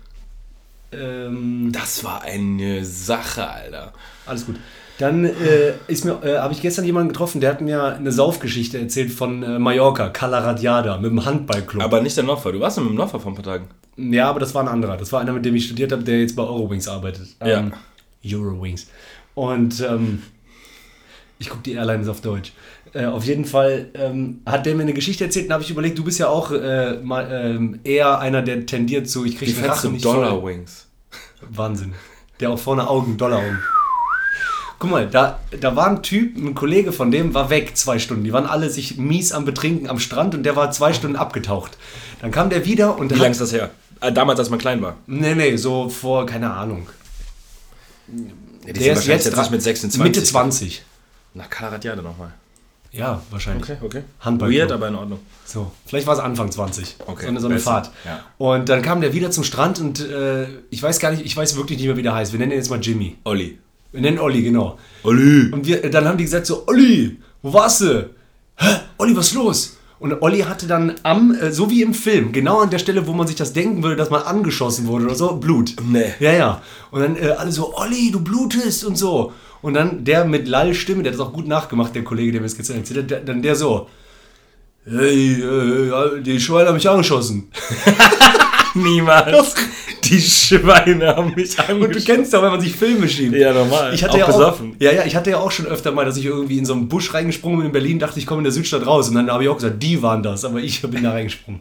Speaker 1: Ähm,
Speaker 2: Das war eine Sache, Alter.
Speaker 1: alles gut. Dann äh, ist mir, äh, habe ich gestern jemanden getroffen, der hat mir eine Saufgeschichte erzählt von äh, Mallorca, Cala Radiada, mit dem Handballclub.
Speaker 2: Aber nicht der Noffer. Du warst ja mit dem Noffer vor ein paar Tagen.
Speaker 1: Ja, aber das war ein anderer. Das war einer, mit dem ich studiert habe, der jetzt bei Eurowings arbeitet. Ähm, Eurowings. Und ähm, ich gucke die Airlines auf Deutsch. Äh, auf jeden Fall ähm, hat der mir eine Geschichte erzählt und habe ich überlegt, du bist ja auch äh, mal, ähm, eher einer, der tendiert zu, ich
Speaker 2: Die
Speaker 1: kriege
Speaker 2: fetze Dollar Wings.
Speaker 1: Wahnsinn. Der auch vorne Augen, Dollaraugen. Guck mal, da, da war ein Typ, ein Kollege von dem war weg zwei Stunden. Die waren alle sich mies am Betrinken am Strand und der war zwei Stunden abgetaucht. Dann kam der wieder und
Speaker 2: Wie
Speaker 1: hat
Speaker 2: lange ist das her? Ah, Damals, als man klein war.
Speaker 1: Nee, nee, so vor, keine Ahnung.
Speaker 2: Ja, die sind wahrscheinlich jetzt nicht mit 26.
Speaker 1: Mitte 20.
Speaker 2: Na, Kalaradiade nochmal.
Speaker 1: Ja, wahrscheinlich.
Speaker 2: okay.
Speaker 1: Handball-
Speaker 2: Weird, aber in Ordnung.
Speaker 1: So, vielleicht war es Anfang 20.
Speaker 2: Okay,
Speaker 1: So eine, so eine
Speaker 2: besser,
Speaker 1: Fahrt.
Speaker 2: ja.
Speaker 1: Und dann kam der wieder zum Strand und äh, ich weiß gar nicht, ich weiß wirklich nicht mehr, wie der heißt. Wir nennen ihn jetzt mal Jimmy.
Speaker 2: Olli.
Speaker 1: Wir nennen Olli, genau.
Speaker 2: Olli!
Speaker 1: Und wir, dann haben die gesagt so, Olli, wo warst du? Hä? Olli, was ist los? Und Olli hatte dann am, äh, so wie im Film, genau an der Stelle, wo man sich das denken würde, dass man angeschossen wurde oder so, Blut.
Speaker 2: Nee.
Speaker 1: Ja, ja. Und dann äh, alle so, Olli, du blutest und so. Und dann der mit Lall-Stimme, der hat das auch gut nachgemacht, der Kollege, der mir das gestern erzählt hat, der, dann der so, hey, äh, ja, die Schweine haben mich angeschossen.
Speaker 2: Niemals. <laughs> Die Schweine haben mich
Speaker 1: Und du
Speaker 2: angeschaut.
Speaker 1: kennst doch, wenn man sich Filme schiebt.
Speaker 2: Ja, normal.
Speaker 1: Ich hatte
Speaker 2: Auch
Speaker 1: ja
Speaker 2: besoffen.
Speaker 1: Auch, ja, ja, ich hatte ja auch schon öfter mal, dass ich irgendwie in so einen Busch reingesprungen bin in Berlin, dachte ich komme in der Südstadt raus. Und dann habe ich auch gesagt, die waren das, aber ich bin da reingesprungen.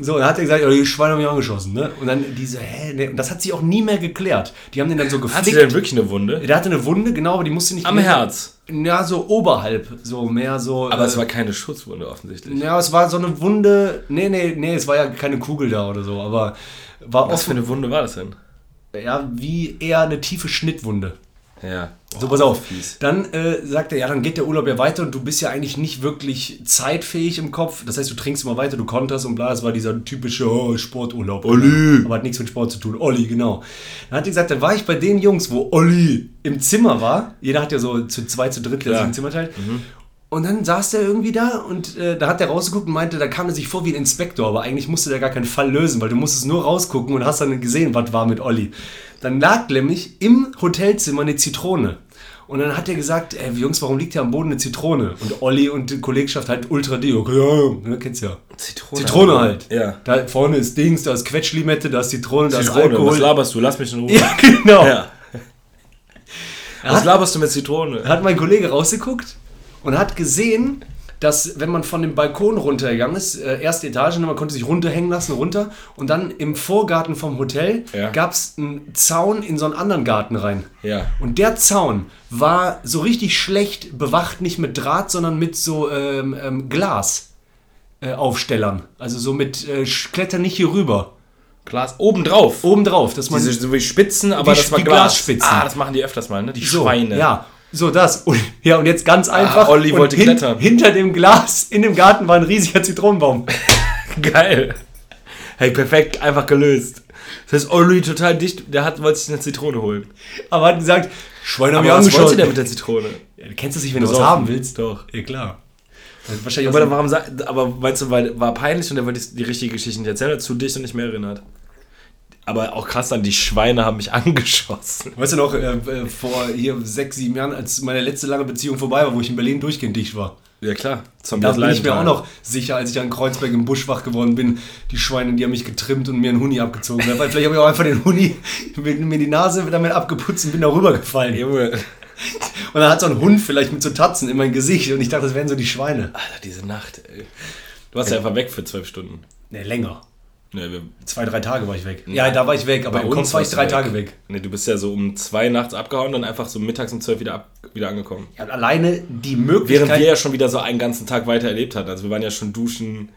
Speaker 1: So, und dann hat er gesagt, oh, die Schweine haben mich angeschossen, ne? Und dann diese, hä, ne? Und das hat sich auch nie mehr geklärt. Die haben den dann so
Speaker 2: Hat sie denn
Speaker 1: geflickt.
Speaker 2: wirklich eine Wunde?
Speaker 1: Der hatte eine Wunde, genau, aber die musste nicht.
Speaker 2: Am Herz.
Speaker 1: Ja, so oberhalb, so mehr so.
Speaker 2: Aber
Speaker 1: äh,
Speaker 2: es war keine Schusswunde offensichtlich.
Speaker 1: Ja, es war so eine Wunde. Nee, nee, nee, es war ja keine Kugel da oder so, aber war
Speaker 2: Was für
Speaker 1: offen.
Speaker 2: eine Wunde war das denn?
Speaker 1: Ja, wie eher eine tiefe Schnittwunde.
Speaker 2: Ja.
Speaker 1: So, pass auf.
Speaker 2: Oh, Fies.
Speaker 1: Dann äh, sagt er, ja, dann geht der Urlaub ja weiter und du bist ja eigentlich nicht wirklich zeitfähig im Kopf. Das heißt, du trinkst immer weiter, du konterst und bla. Das war dieser typische oh, Sporturlaub.
Speaker 2: Olli.
Speaker 1: Aber hat nichts mit Sport zu tun. Olli, genau. Dann hat er gesagt, dann war ich bei den Jungs, wo Olli im Zimmer war. Jeder hat ja so zu zwei, zu dritt, der
Speaker 2: Ja.
Speaker 1: sich im Zimmer teilt.
Speaker 2: Mhm.
Speaker 1: Und dann saß der irgendwie da und äh, da hat der rausgeguckt und meinte, da kam er sich vor wie ein Inspektor, aber eigentlich musste der gar keinen Fall lösen, weil du musstest nur rausgucken und hast dann gesehen, was war mit Olli. Dann lag nämlich im Hotelzimmer eine Zitrone. Und dann hat er gesagt, ey, Jungs, warum liegt hier am Boden eine Zitrone? Und Olli und die Kollegschaft halt ultra die, okay, ja, ja, kennst ja.
Speaker 2: Zitrone.
Speaker 1: Zitrone halt.
Speaker 2: Ja.
Speaker 1: Da vorne ist Dings, da ist Quetschlimette, da ist Zitrone, da ist
Speaker 2: Zitrone, was
Speaker 1: Alkohol.
Speaker 2: laberst du? Lass mich in Ruhe.
Speaker 1: ja, <laughs> genau.
Speaker 2: Ja. Was laberst du mit Zitrone?
Speaker 1: hat mein Kollege rausgeguckt und hat gesehen, dass wenn man von dem Balkon runtergegangen ist, äh, erste Etage, ne, man konnte sich runterhängen lassen, runter und dann im Vorgarten vom Hotel
Speaker 2: Ja.
Speaker 1: gab es einen Zaun in so einen anderen Garten rein.
Speaker 2: Ja.
Speaker 1: Und der Zaun war so richtig schlecht bewacht, nicht mit Draht, sondern mit so ähm, ähm, Glas. äh, Aufstellern. Also so mit äh, sch- Kletter nicht hier rüber.
Speaker 2: Glas obendrauf.
Speaker 1: Obendrauf, dass man.
Speaker 2: Diese so wie Spitzen, aber
Speaker 1: Die-
Speaker 2: das war
Speaker 1: die
Speaker 2: Glas.
Speaker 1: Glasspitzen.
Speaker 2: Ah, das machen die öfters mal, ne? Die
Speaker 1: So,
Speaker 2: Schweine.
Speaker 1: Ja, so das. Und, ja, und jetzt ganz einfach.
Speaker 2: Olli
Speaker 1: und
Speaker 2: wollte klettern.
Speaker 1: Hinter dem Glas in dem Garten war ein riesiger Zitronenbaum.
Speaker 2: <laughs> Geil. Hey, perfekt, einfach gelöst. Das heißt, Olli total dicht, der hat, wollte sich eine Zitrone holen.
Speaker 1: Aber hat gesagt, Schweine haben
Speaker 2: Aber
Speaker 1: mich
Speaker 2: was wollte
Speaker 1: angeschaut.
Speaker 2: der mit der Zitrone?
Speaker 1: Ja, du Äh, kennst das nicht, wenn du was
Speaker 2: Besoffen.
Speaker 1: haben willst.
Speaker 2: Doch.
Speaker 1: Ja, klar. Also wahrscheinlich
Speaker 2: Aber, dann,
Speaker 1: aus
Speaker 2: warum, sa- aber meinst du, weil war peinlich und er wollte die richtige Geschichte nicht erzählen, hat zu dicht und nicht mehr erinnert? Aber auch krass dann, die Schweine haben mich <laughs> angeschossen.
Speaker 1: Weißt du noch, äh, äh, vor hier sechs, sieben Jahren, als meine letzte lange Beziehung vorbei war, wo ich in Berlin durchgehend dicht war.
Speaker 2: Ja klar, Zombie
Speaker 1: Da
Speaker 2: hat
Speaker 1: bin ich mir auch
Speaker 2: Leiden.
Speaker 1: noch sicher, als ich an Kreuzberg im Busch wach geworden bin, die Schweine, die haben mich getrimmt und mir einen Huni abgezogen. <laughs> Weil vielleicht habe ich auch einfach den Huni, <laughs> mit- mir die Nase damit abgeputzt und bin da rübergefallen.
Speaker 2: Junge.
Speaker 1: Und dann hat so ein Hund vielleicht mit so Tatzen in mein Gesicht und ich dachte, das wären so die Schweine.
Speaker 2: Alter, diese Nacht, ey. Du warst ja einfach weg für zwölf Stunden.
Speaker 1: Ne, länger.
Speaker 2: Ne, wir,
Speaker 1: Zwei, drei Tage war ich weg.
Speaker 2: Mhm.
Speaker 1: Ja, da war ich weg, aber im Kopf war ich
Speaker 2: warst du
Speaker 1: drei Tage weg.
Speaker 2: Ne, du bist ja so um zwei nachts abgehauen und einfach so mittags um zwölf wieder, ab, wieder angekommen.
Speaker 1: Ich habe alleine die
Speaker 2: Während
Speaker 1: Möglichkeit.
Speaker 2: wir ja schon wieder so einen ganzen Tag weiter erlebt hatten. Also wir waren ja schon duschen,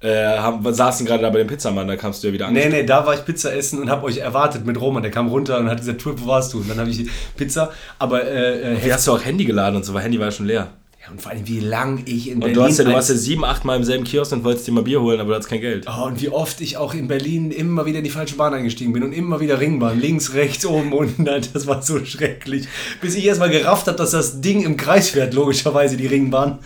Speaker 2: äh, haben, saßen gerade da bei dem Pizzamann, da kamst du ja wieder an.
Speaker 1: Nee, nee, da war ich Pizza essen und habe euch erwartet mit Roman. Der kam runter und hat gesagt, Typ, wo warst du? Und dann habe ich Pizza, aber äh, äh,
Speaker 2: Wie hast du auch Handy geladen und so, weil Handy war ja schon leer.
Speaker 1: Ja, und vor allem, wie lang ich in
Speaker 2: Und
Speaker 1: Berlin...
Speaker 2: du hast ja, du warst ja
Speaker 1: als-
Speaker 2: sieben, acht Mal im selben Kiosk und wolltest dir mal Bier holen, aber du hattest kein Geld.
Speaker 1: oh, und wie oft ich auch in Berlin immer wieder in die falsche Bahn eingestiegen bin und immer wieder Ringbahn, links, rechts, oben, unten. Alter, Das war so schrecklich. Bis ich erstmal gerafft habe, dass das Ding im Kreis fährt, logischerweise, die Ringbahn.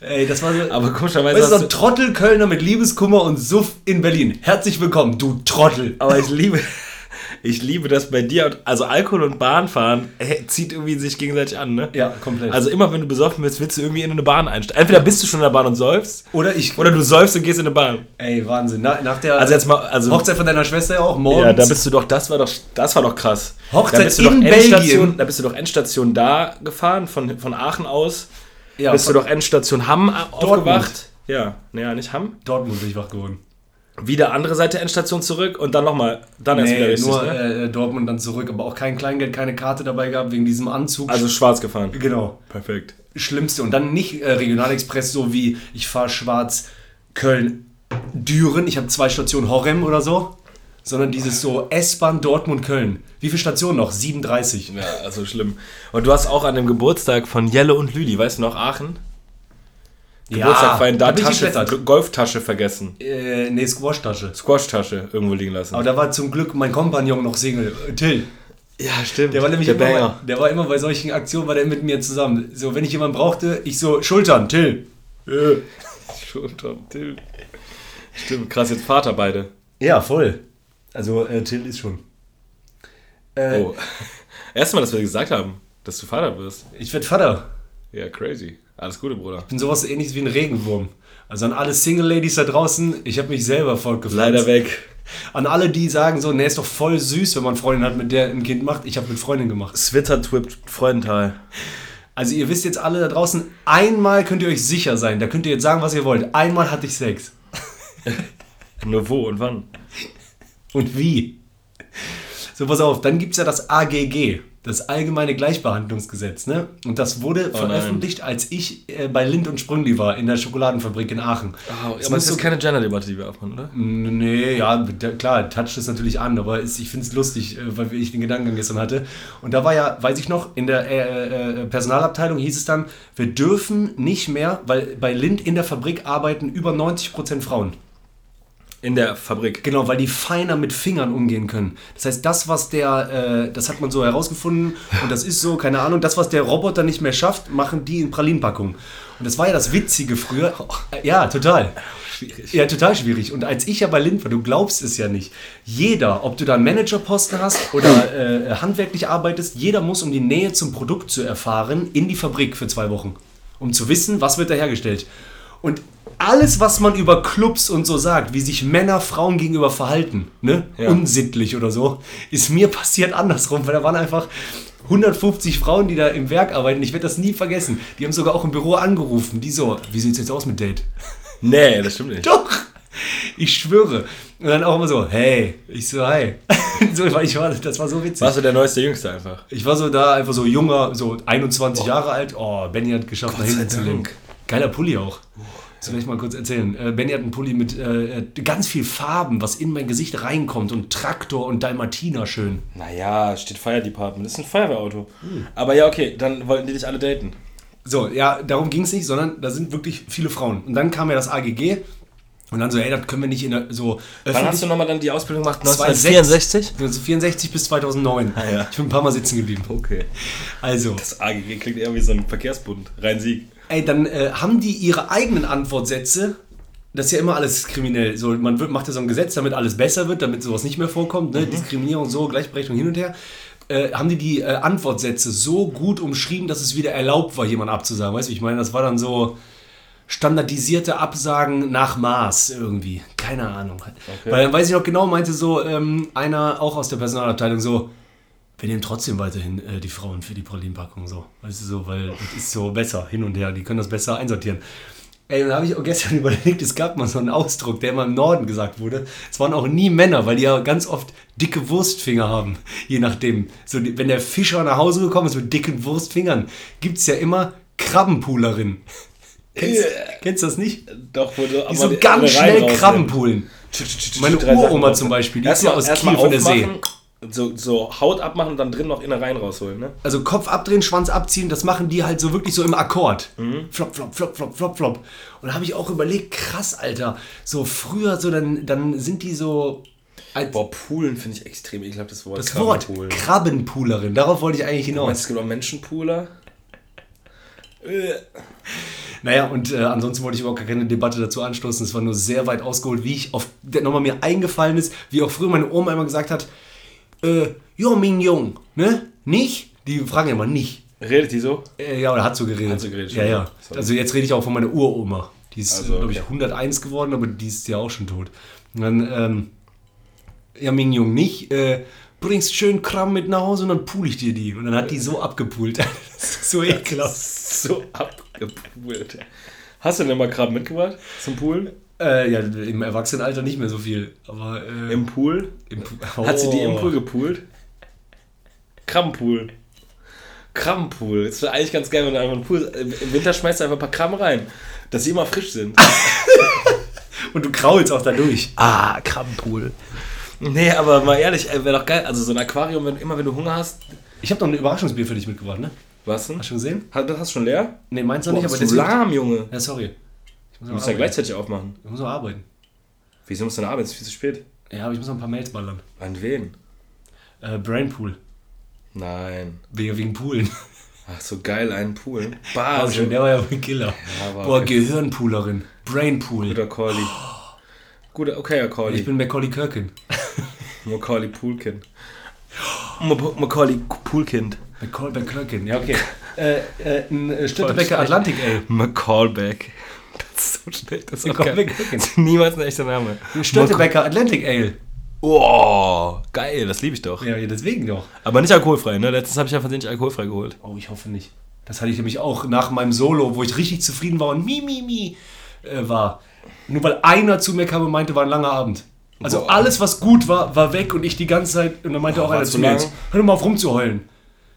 Speaker 1: Ey, das war so...
Speaker 2: Aber komischerweise
Speaker 1: Weißt du,
Speaker 2: hast
Speaker 1: so
Speaker 2: du,
Speaker 1: ein Trottelkölner mit Liebeskummer und Suff in Berlin. Herzlich willkommen, du Trottel.
Speaker 2: Aber ich liebe, <laughs> ich liebe das bei dir. Und, also Alkohol und Bahnfahren äh, zieht irgendwie sich gegenseitig an, ne?
Speaker 1: Ja, komplett.
Speaker 2: Also immer wenn du besoffen bist, willst du irgendwie in eine Bahn einsteigen. Entweder bist du schon in der Bahn und säufst,
Speaker 1: Oder ich...
Speaker 2: oder du säufst und gehst in eine Bahn.
Speaker 1: Ey, Wahnsinn. Na, nach der
Speaker 2: Also jetzt mal, also
Speaker 1: Hochzeit von deiner Schwester ja auch morgens.
Speaker 2: ja, da bist du doch, das war doch, das war doch krass.
Speaker 1: Hochzeit
Speaker 2: da bist du
Speaker 1: in
Speaker 2: doch Endstation,
Speaker 1: Belgien.
Speaker 2: Da bist du doch Endstation da gefahren von, von Aachen aus.
Speaker 1: ja,
Speaker 2: bist du doch Endstation Hamm a-
Speaker 1: Dortmund.
Speaker 2: aufgewacht. Ja, naja, nicht Hamm.
Speaker 1: Dortmund bin ich wach geworden.
Speaker 2: Wieder andere Seite Endstation zurück und dann nochmal, dann erst wieder
Speaker 1: Nee,
Speaker 2: richtig.
Speaker 1: nur
Speaker 2: ne?
Speaker 1: äh, Dortmund dann zurück, aber auch kein Kleingeld, keine Karte dabei gehabt wegen diesem Anzug.
Speaker 2: Also schwarz gefahren.
Speaker 1: genau,
Speaker 2: Perfekt.
Speaker 1: schlimmste und dann nicht äh, Regionalexpress so wie ich fahre schwarz Köln Düren, ich habe zwei Stationen Horrem oder so, sondern dieses so S-Bahn Dortmund Köln. Wie viele Stationen noch? 37.
Speaker 2: Ja, also schlimm. Und du hast auch an dem Geburtstag von Jelle und Lüli, weißt du noch, Aachen? Geburtstag feiern, da
Speaker 1: da bin ich
Speaker 2: Tasche,
Speaker 1: geklettert.
Speaker 2: Golftasche vergessen.
Speaker 1: Äh, nee, Squash-Tasche.
Speaker 2: Squash-Tasche irgendwo liegen lassen.
Speaker 1: Aber da war zum Glück mein Kompagnon noch Single, äh, Till.
Speaker 2: ja, stimmt.
Speaker 1: Der war nämlich immer,
Speaker 2: Banger.
Speaker 1: bei, der war immer bei solchen Aktionen, war der mit mir zusammen. So, wenn ich jemanden brauchte, ich so, Schultern, Till. Äh.
Speaker 2: <laughs> Schon Tom Till. Stimmt, krass, jetzt Vater beide.
Speaker 1: Ja, voll. Also äh, Till ist schon. Äh,
Speaker 2: <laughs> Oh. Erstmal, dass wir gesagt haben, dass du Vater wirst.
Speaker 1: Ich werd Vater.
Speaker 2: Ja, crazy. Alles Gute, Bruder.
Speaker 1: Bin sowas ähnliches wie ein Regenwurm. Also an alle Single Ladies da draußen, ich habe mich selber fortgepflanzt.
Speaker 2: Leider weg.
Speaker 1: An alle, die sagen so, nee, ist doch voll süß, wenn man Freundin hat, mit der ein Kind macht. Ich habe mit Freundin gemacht.
Speaker 2: Swittertwip Freudenthal.
Speaker 1: Also ihr wisst jetzt alle da draußen, einmal könnt ihr euch sicher sein. Da könnt ihr jetzt sagen, was ihr wollt. Einmal hatte ich Sex.
Speaker 2: Nur wo und wann?
Speaker 1: Und wie? So, pass auf, dann gibt es ja das AGG, das Allgemeine Gleichbehandlungsgesetz, ne? Und das wurde
Speaker 2: Oh nein.
Speaker 1: veröffentlicht, als ich äh, bei Lind und Sprüngli war, in der Schokoladenfabrik in Aachen.
Speaker 2: Oh,
Speaker 1: Es
Speaker 2: aber
Speaker 1: muss
Speaker 2: es ist
Speaker 1: so-
Speaker 2: keine Gender-Debatte, die wir aufmachen, oder?
Speaker 1: Nee, ja, da- klar, toucht es natürlich an, aber es- ich finde es lustig, äh, weil ich den Gedankengang gestern hatte. Und da war ja, weiß ich noch, in der äh, äh, Personalabteilung hieß es dann, wir dürfen nicht mehr, weil bei Lind in der Fabrik arbeiten über 90% Frauen.
Speaker 2: In der Fabrik.
Speaker 1: Genau, weil die feiner mit Fingern umgehen können. Das heißt, das, was der, äh, das hat man so herausgefunden und das ist so, keine Ahnung, das, was der Roboter nicht mehr schafft, machen die in Pralinenpackungen. Und das war ja das Witzige früher. Äh, Ja, total.
Speaker 2: Schwierig.
Speaker 1: Ja, total schwierig. Und als ich ja bei Lind war, du glaubst es ja nicht, jeder, ob du da einen Managerposten hast oder äh, handwerklich arbeitest, jeder muss, um die Nähe zum Produkt zu erfahren, in die Fabrik für zwei Wochen. Um zu wissen, was wird da hergestellt. Und alles, was man über Clubs und so sagt, wie sich Männer Frauen gegenüber verhalten, ne?
Speaker 2: Ja.
Speaker 1: unsittlich oder so, ist mir <laughs> passiert andersrum, weil da waren einfach 150 Frauen, die da im Werk arbeiten. Ich werde das nie vergessen. Die haben sogar auch im Büro angerufen. Die so, wie sieht's jetzt aus mit Date? <laughs>
Speaker 2: Nee, das stimmt <laughs> nicht.
Speaker 1: Doch! Ich schwöre. Und dann auch immer so, hey. Ich so, hi. <laughs> so, weil ich war, das war so witzig.
Speaker 2: Warst du der neueste Jüngste einfach?
Speaker 1: Ich war so da einfach so junger, so 21 Jahre alt. Oh, Benny hat geschafft, nach
Speaker 2: sei
Speaker 1: hinten zu legen.
Speaker 2: Dank. Oh,
Speaker 1: Geiler Pulli auch. Das will ich mal kurz erzählen. Äh, Benny hat einen Pulli mit äh, äh, ganz viel Farben, was in mein Gesicht reinkommt und Traktor und Dalmatiner schön.
Speaker 2: Naja, steht Fire Department. Das ist ein Feuerwehrauto. Aber ja, okay, dann wollten die dich alle daten.
Speaker 1: So, ja, darum ging es nicht, sondern da sind wirklich viele Frauen. Und dann kam ja das AGG und dann so, hey, das können wir nicht in der, so
Speaker 2: Wann hast du nochmal dann die Ausbildung gemacht?
Speaker 3: 1964?
Speaker 1: 1964 bis 2009.
Speaker 2: Ah, ja.
Speaker 1: Ich bin ein paar Mal sitzen geblieben.
Speaker 2: Okay.
Speaker 1: Also,
Speaker 2: Das AGG klingt eher wie so ein Verkehrsbund. Rhein-Sieg.
Speaker 1: ey, dann äh, haben die ihre eigenen Antwortsätze das ist ja immer alles kriminell. So, man wird, macht ja so ein Gesetz, damit alles besser wird, damit sowas nicht mehr vorkommt. Ne? Diskriminierung so, Gleichberechtigung hin und her. Äh, haben die die äh, Antwortsätze so gut umschrieben, dass es wieder erlaubt war, jemand abzusagen. Weißt du, wie ich meine, das war dann so standardisierte Absagen nach Maß irgendwie. Keine Ahnung. Weil dann weiß ich noch genau, meinte so ähm, einer auch aus der Personalabteilung so, wir nehmen trotzdem weiterhin äh, die Frauen für die Pralinenpackung so. Weißt du so, weil das ist so besser hin und her, die können das besser einsortieren. Ey, dann habe ich auch gestern <laughs> überlegt, es gab mal so einen Ausdruck, der immer im Norden gesagt wurde. Es waren auch nie Männer, weil die ja ganz oft dicke Wurstfinger haben. Je nachdem. So, die- wenn der Fischer nach Hause gekommen ist mit dicken Wurstfingern, gibt es ja immer Krabbenpoolerin. <laughs> Kennst, kennst du das nicht?
Speaker 2: Doch, wo du
Speaker 1: Die so ganz schnell Krabben poolen. Meine Uroma zum Beispiel, die ist ja
Speaker 2: Erstmal
Speaker 1: aus
Speaker 2: aus
Speaker 1: Kiel von der See.
Speaker 2: So, so Haut abmachen und dann drin noch Innereien rausholen, ne?
Speaker 1: Also Kopf abdrehen, Schwanz abziehen, das machen die halt so wirklich so im Akkord. Flop, flop, flop, flop, flop, flop. Und da habe ich auch überlegt, krass, Alter. So früher, so dann, dann sind die so. Als
Speaker 2: Boah, Poolen finde ich extrem ekelhaft, das Wort.
Speaker 1: das Wort
Speaker 2: Krabbenpoolen.
Speaker 1: Krabbenpoolerin, darauf wollte ich eigentlich
Speaker 2: Meinst du,
Speaker 1: hinaus.
Speaker 2: es gibt auch Menschenpooler? Äh,
Speaker 1: Naja, und äh, ansonsten wollte ich überhaupt gar keine Debatte dazu anstoßen. Es war nur sehr weit ausgeholt, wie ich auf nochmal mir eingefallen ist, wie auch früher meine Oma immer gesagt hat, äh, jo, mignon, ne? Nicht? Die fragen ja immer nicht.
Speaker 2: Redet die so?
Speaker 1: Äh, Ja, oder hat so geredet.
Speaker 2: Hat so geredet,
Speaker 1: ja, ja.
Speaker 2: Sorry.
Speaker 1: Also jetzt rede ich auch von meiner Uroma. Die ist,
Speaker 2: Also,
Speaker 1: glaube ich,
Speaker 2: okay.
Speaker 1: 101 geworden, aber die ist ja auch schon tot. Und dann, ähm, ja, Mignon, nicht, äh, bringst schön Kram mit nach Hause und dann pool ich dir die. Und dann hat die
Speaker 2: <laughs>
Speaker 1: so abgepult. <laughs> das ist so ekelhaft.
Speaker 2: <laughs> So abgepoolt. Hast du denn mal Krabben mitgebracht zum Poolen?
Speaker 1: Äh, ja, im Erwachsenenalter nicht mehr so viel. Aber, äh,
Speaker 2: Im Pool?
Speaker 1: im Pool-
Speaker 2: <laughs> Hat sie die im
Speaker 1: Oh.
Speaker 2: Pool gepoolt? Krabbenpool. Krabbenpool. Das wäre eigentlich ganz geil, wenn du einfach einen Pool. Im Winter schmeißt du einfach ein paar Krabben rein, dass sie immer frisch sind.
Speaker 1: Oh. Und du kraulst auch da durch.
Speaker 3: Ah, Krabbenpool.
Speaker 2: nee, aber mal ehrlich, wäre doch geil. Also so ein Aquarium, wenn, immer wenn du Hunger hast.
Speaker 1: Ich habe noch ein Überraschungsbier für dich mitgebracht, ne?
Speaker 2: Was denn?
Speaker 1: Hast du schon gesehen?
Speaker 2: Hast du das schon leer?
Speaker 1: Nee, meins noch
Speaker 2: Boah,
Speaker 1: nicht, aber
Speaker 2: bist du lahm, Junge.
Speaker 1: Ja, sorry. Ich muss
Speaker 2: Du
Speaker 1: noch
Speaker 2: musst ja
Speaker 1: arbeiten.
Speaker 2: gleichzeitig aufmachen.
Speaker 1: Ich muss noch arbeiten.
Speaker 2: Wieso musst du denn arbeiten? Es ist viel zu spät.
Speaker 1: Ja, aber ich muss noch ein paar Mails ballern.
Speaker 2: An wen?
Speaker 1: Äh, Brainpool.
Speaker 2: Nein.
Speaker 1: Wegen, wegen <laughs> Poolen.
Speaker 2: Ach, so geil, einen Pool. Bah,
Speaker 1: Aber
Speaker 2: so
Speaker 1: schon, Also, der war ja ein Killer.
Speaker 2: war
Speaker 1: Boah,
Speaker 2: okay.
Speaker 1: Gehirnpoolerin. Brainpool.
Speaker 2: guter Corley. Guter, okay, Herr Corley.
Speaker 1: Ich bin Macaulay Kirkin.
Speaker 2: Macaulay Poolkin. Ma- Macaulay Poolkind.
Speaker 1: Macaulay Kirkin, ja, okay. äh, äh, ein äh, Störtebecker Atlantik, ey.
Speaker 2: McCallback. Das ist so schlecht. Das ist auch
Speaker 1: Macaulay
Speaker 2: geil.
Speaker 1: Culkin.
Speaker 2: Das ist Niemals ein echter Name.
Speaker 1: Ein Störtebecker Atlantic Ale.
Speaker 2: Maca- Oh, geil, das liebe ich doch.
Speaker 1: Ja, ja, deswegen doch.
Speaker 2: Aber nicht alkoholfrei, ne? Letztens habe ich ja versehentlich alkoholfrei geholt.
Speaker 1: Oh, ich hoffe nicht. Das hatte ich nämlich auch nach meinem Solo, wo ich richtig zufrieden war und mi, mi, mi äh, war. Nur weil einer zu mir kam und meinte, war ein langer Abend. Also
Speaker 2: Boah.
Speaker 1: alles, was gut war, war weg und ich die ganze Zeit. Und dann meinte auch einer
Speaker 2: war's
Speaker 1: zu
Speaker 2: so
Speaker 1: mir,
Speaker 2: lang?
Speaker 1: jetzt, hör doch mal auf rumzuheulen.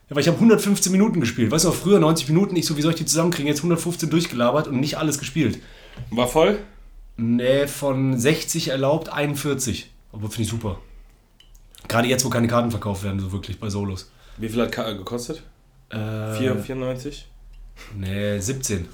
Speaker 1: Ja, weil ich habe 115 Minuten gespielt. Weißt du, noch, früher 90 Minuten, ich so, wie soll ich die zusammenkriegen? Jetzt 115 durchgelabert und nicht alles gespielt.
Speaker 2: War voll?
Speaker 1: Nee, von 60 erlaubt, 41. Aber finde ich super. Gerade jetzt, wo keine Karten verkauft werden, so wirklich bei Solos.
Speaker 2: Wie viel hat K gekostet?
Speaker 1: Äh,
Speaker 2: 4, 94?
Speaker 1: Nee, 17.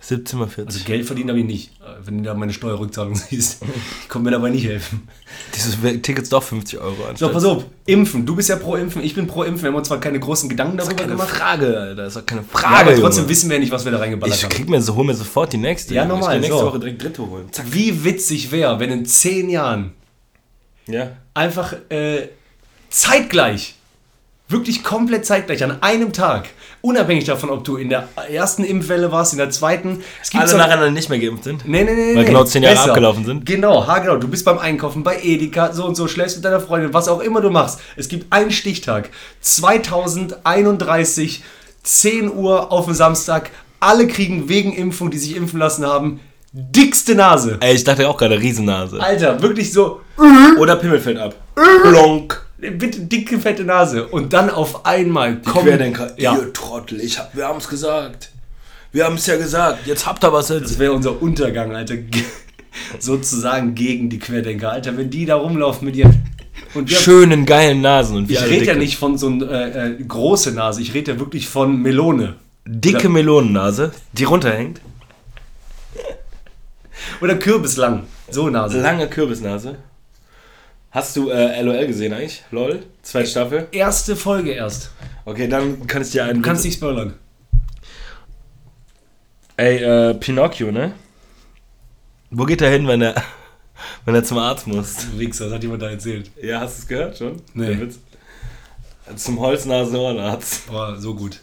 Speaker 2: 17 mal 40.
Speaker 1: Also Geld verdienen habe ich nicht, äh, wenn du da meine Steuerrückzahlung <laughs> siehst. Ich konnte mir dabei nicht helfen.
Speaker 2: Diese Tickets doch 50 Euro anstatt.
Speaker 1: Also, So, pass auf, Impfen. Du bist ja pro Impfen, ich bin pro Impfen. Wir haben uns zwar keine großen Gedanken
Speaker 2: Das ist
Speaker 1: darüber
Speaker 2: doch keine
Speaker 1: gemacht,
Speaker 2: Frage, Alter. Das ist doch keine
Speaker 1: ja,
Speaker 2: Frage.
Speaker 1: aber trotzdem
Speaker 2: Junge.
Speaker 1: wissen wir ja nicht, was wir da reingeballert
Speaker 2: ich
Speaker 1: haben.
Speaker 2: krieg mir so, hol mir sofort die nächste.
Speaker 1: Ja,
Speaker 2: Junge.
Speaker 1: normal,
Speaker 2: Ich geh nächste
Speaker 1: so.
Speaker 2: Woche direkt dritte holen. Zack.
Speaker 1: Wie witzig wäre, wenn in zehn Jahren
Speaker 2: Ja.
Speaker 1: einfach äh, zeitgleich, wirklich komplett zeitgleich, an einem Tag, unabhängig davon, ob du in der ersten Impfwelle warst, in der zweiten, es gibt
Speaker 2: Alle
Speaker 1: so-
Speaker 2: nacheinander nicht mehr geimpft sind.
Speaker 1: Nee, nee, nee.
Speaker 2: Weil
Speaker 1: nee.
Speaker 2: genau zehn Jahre abgelaufen sind.
Speaker 1: Genau, ha, genau. Du bist beim Einkaufen, bei Edeka, so und so, schläfst mit deiner Freundin, was auch immer du machst. Es gibt einen Stichtag. 2031, 10 Uhr auf dem Samstag. Alle kriegen wegen Impfung, die sich impfen lassen haben, dickste Nase.
Speaker 2: Ey, ich dachte auch gerade Riesennase.
Speaker 1: Alter, wirklich so,
Speaker 2: Oder Pimmel fällt ab. Blonk.
Speaker 1: bitte dicke, fette Nase. Und dann auf einmal
Speaker 2: Komm,
Speaker 1: kommen...
Speaker 2: Querdenker,
Speaker 1: Ja,
Speaker 2: ihr Trottel, ich hab, wir haben's gesagt. Wir haben's ja gesagt, jetzt habt ihr was jetzt.
Speaker 1: das wäre unser Untergang, Alter. <laughs> Sozusagen gegen die Querdenker. Alter, wenn die da rumlaufen mit ihren... Und wir-
Speaker 2: Schönen, geilen Nasen. Und
Speaker 1: Ich rede ja nicht von so einer äh, äh, große Nase, ich rede ja wirklich von Melone.
Speaker 2: Dicke Melonennase, die runterhängt.
Speaker 1: Oder Kürbislang. So Nase.
Speaker 2: Lange Kürbisnase. Hast du äh, LOL gesehen eigentlich? LOL? Zweite Staffel?
Speaker 1: Erste Folge erst.
Speaker 2: Okay, dann kann ich dir einen...
Speaker 1: Du kannst nicht spoilern.
Speaker 2: Ey, äh, Pinocchio, ne? Wo geht er hin, wenn er, <laughs> wenn er zum Arzt muss?
Speaker 1: Wichser, das hat jemand da erzählt.
Speaker 2: Ja, hast du es gehört schon?
Speaker 1: Nee.
Speaker 2: Der Witz? Zum Holznasen-Ohrenarzt.
Speaker 1: Boah, so gut.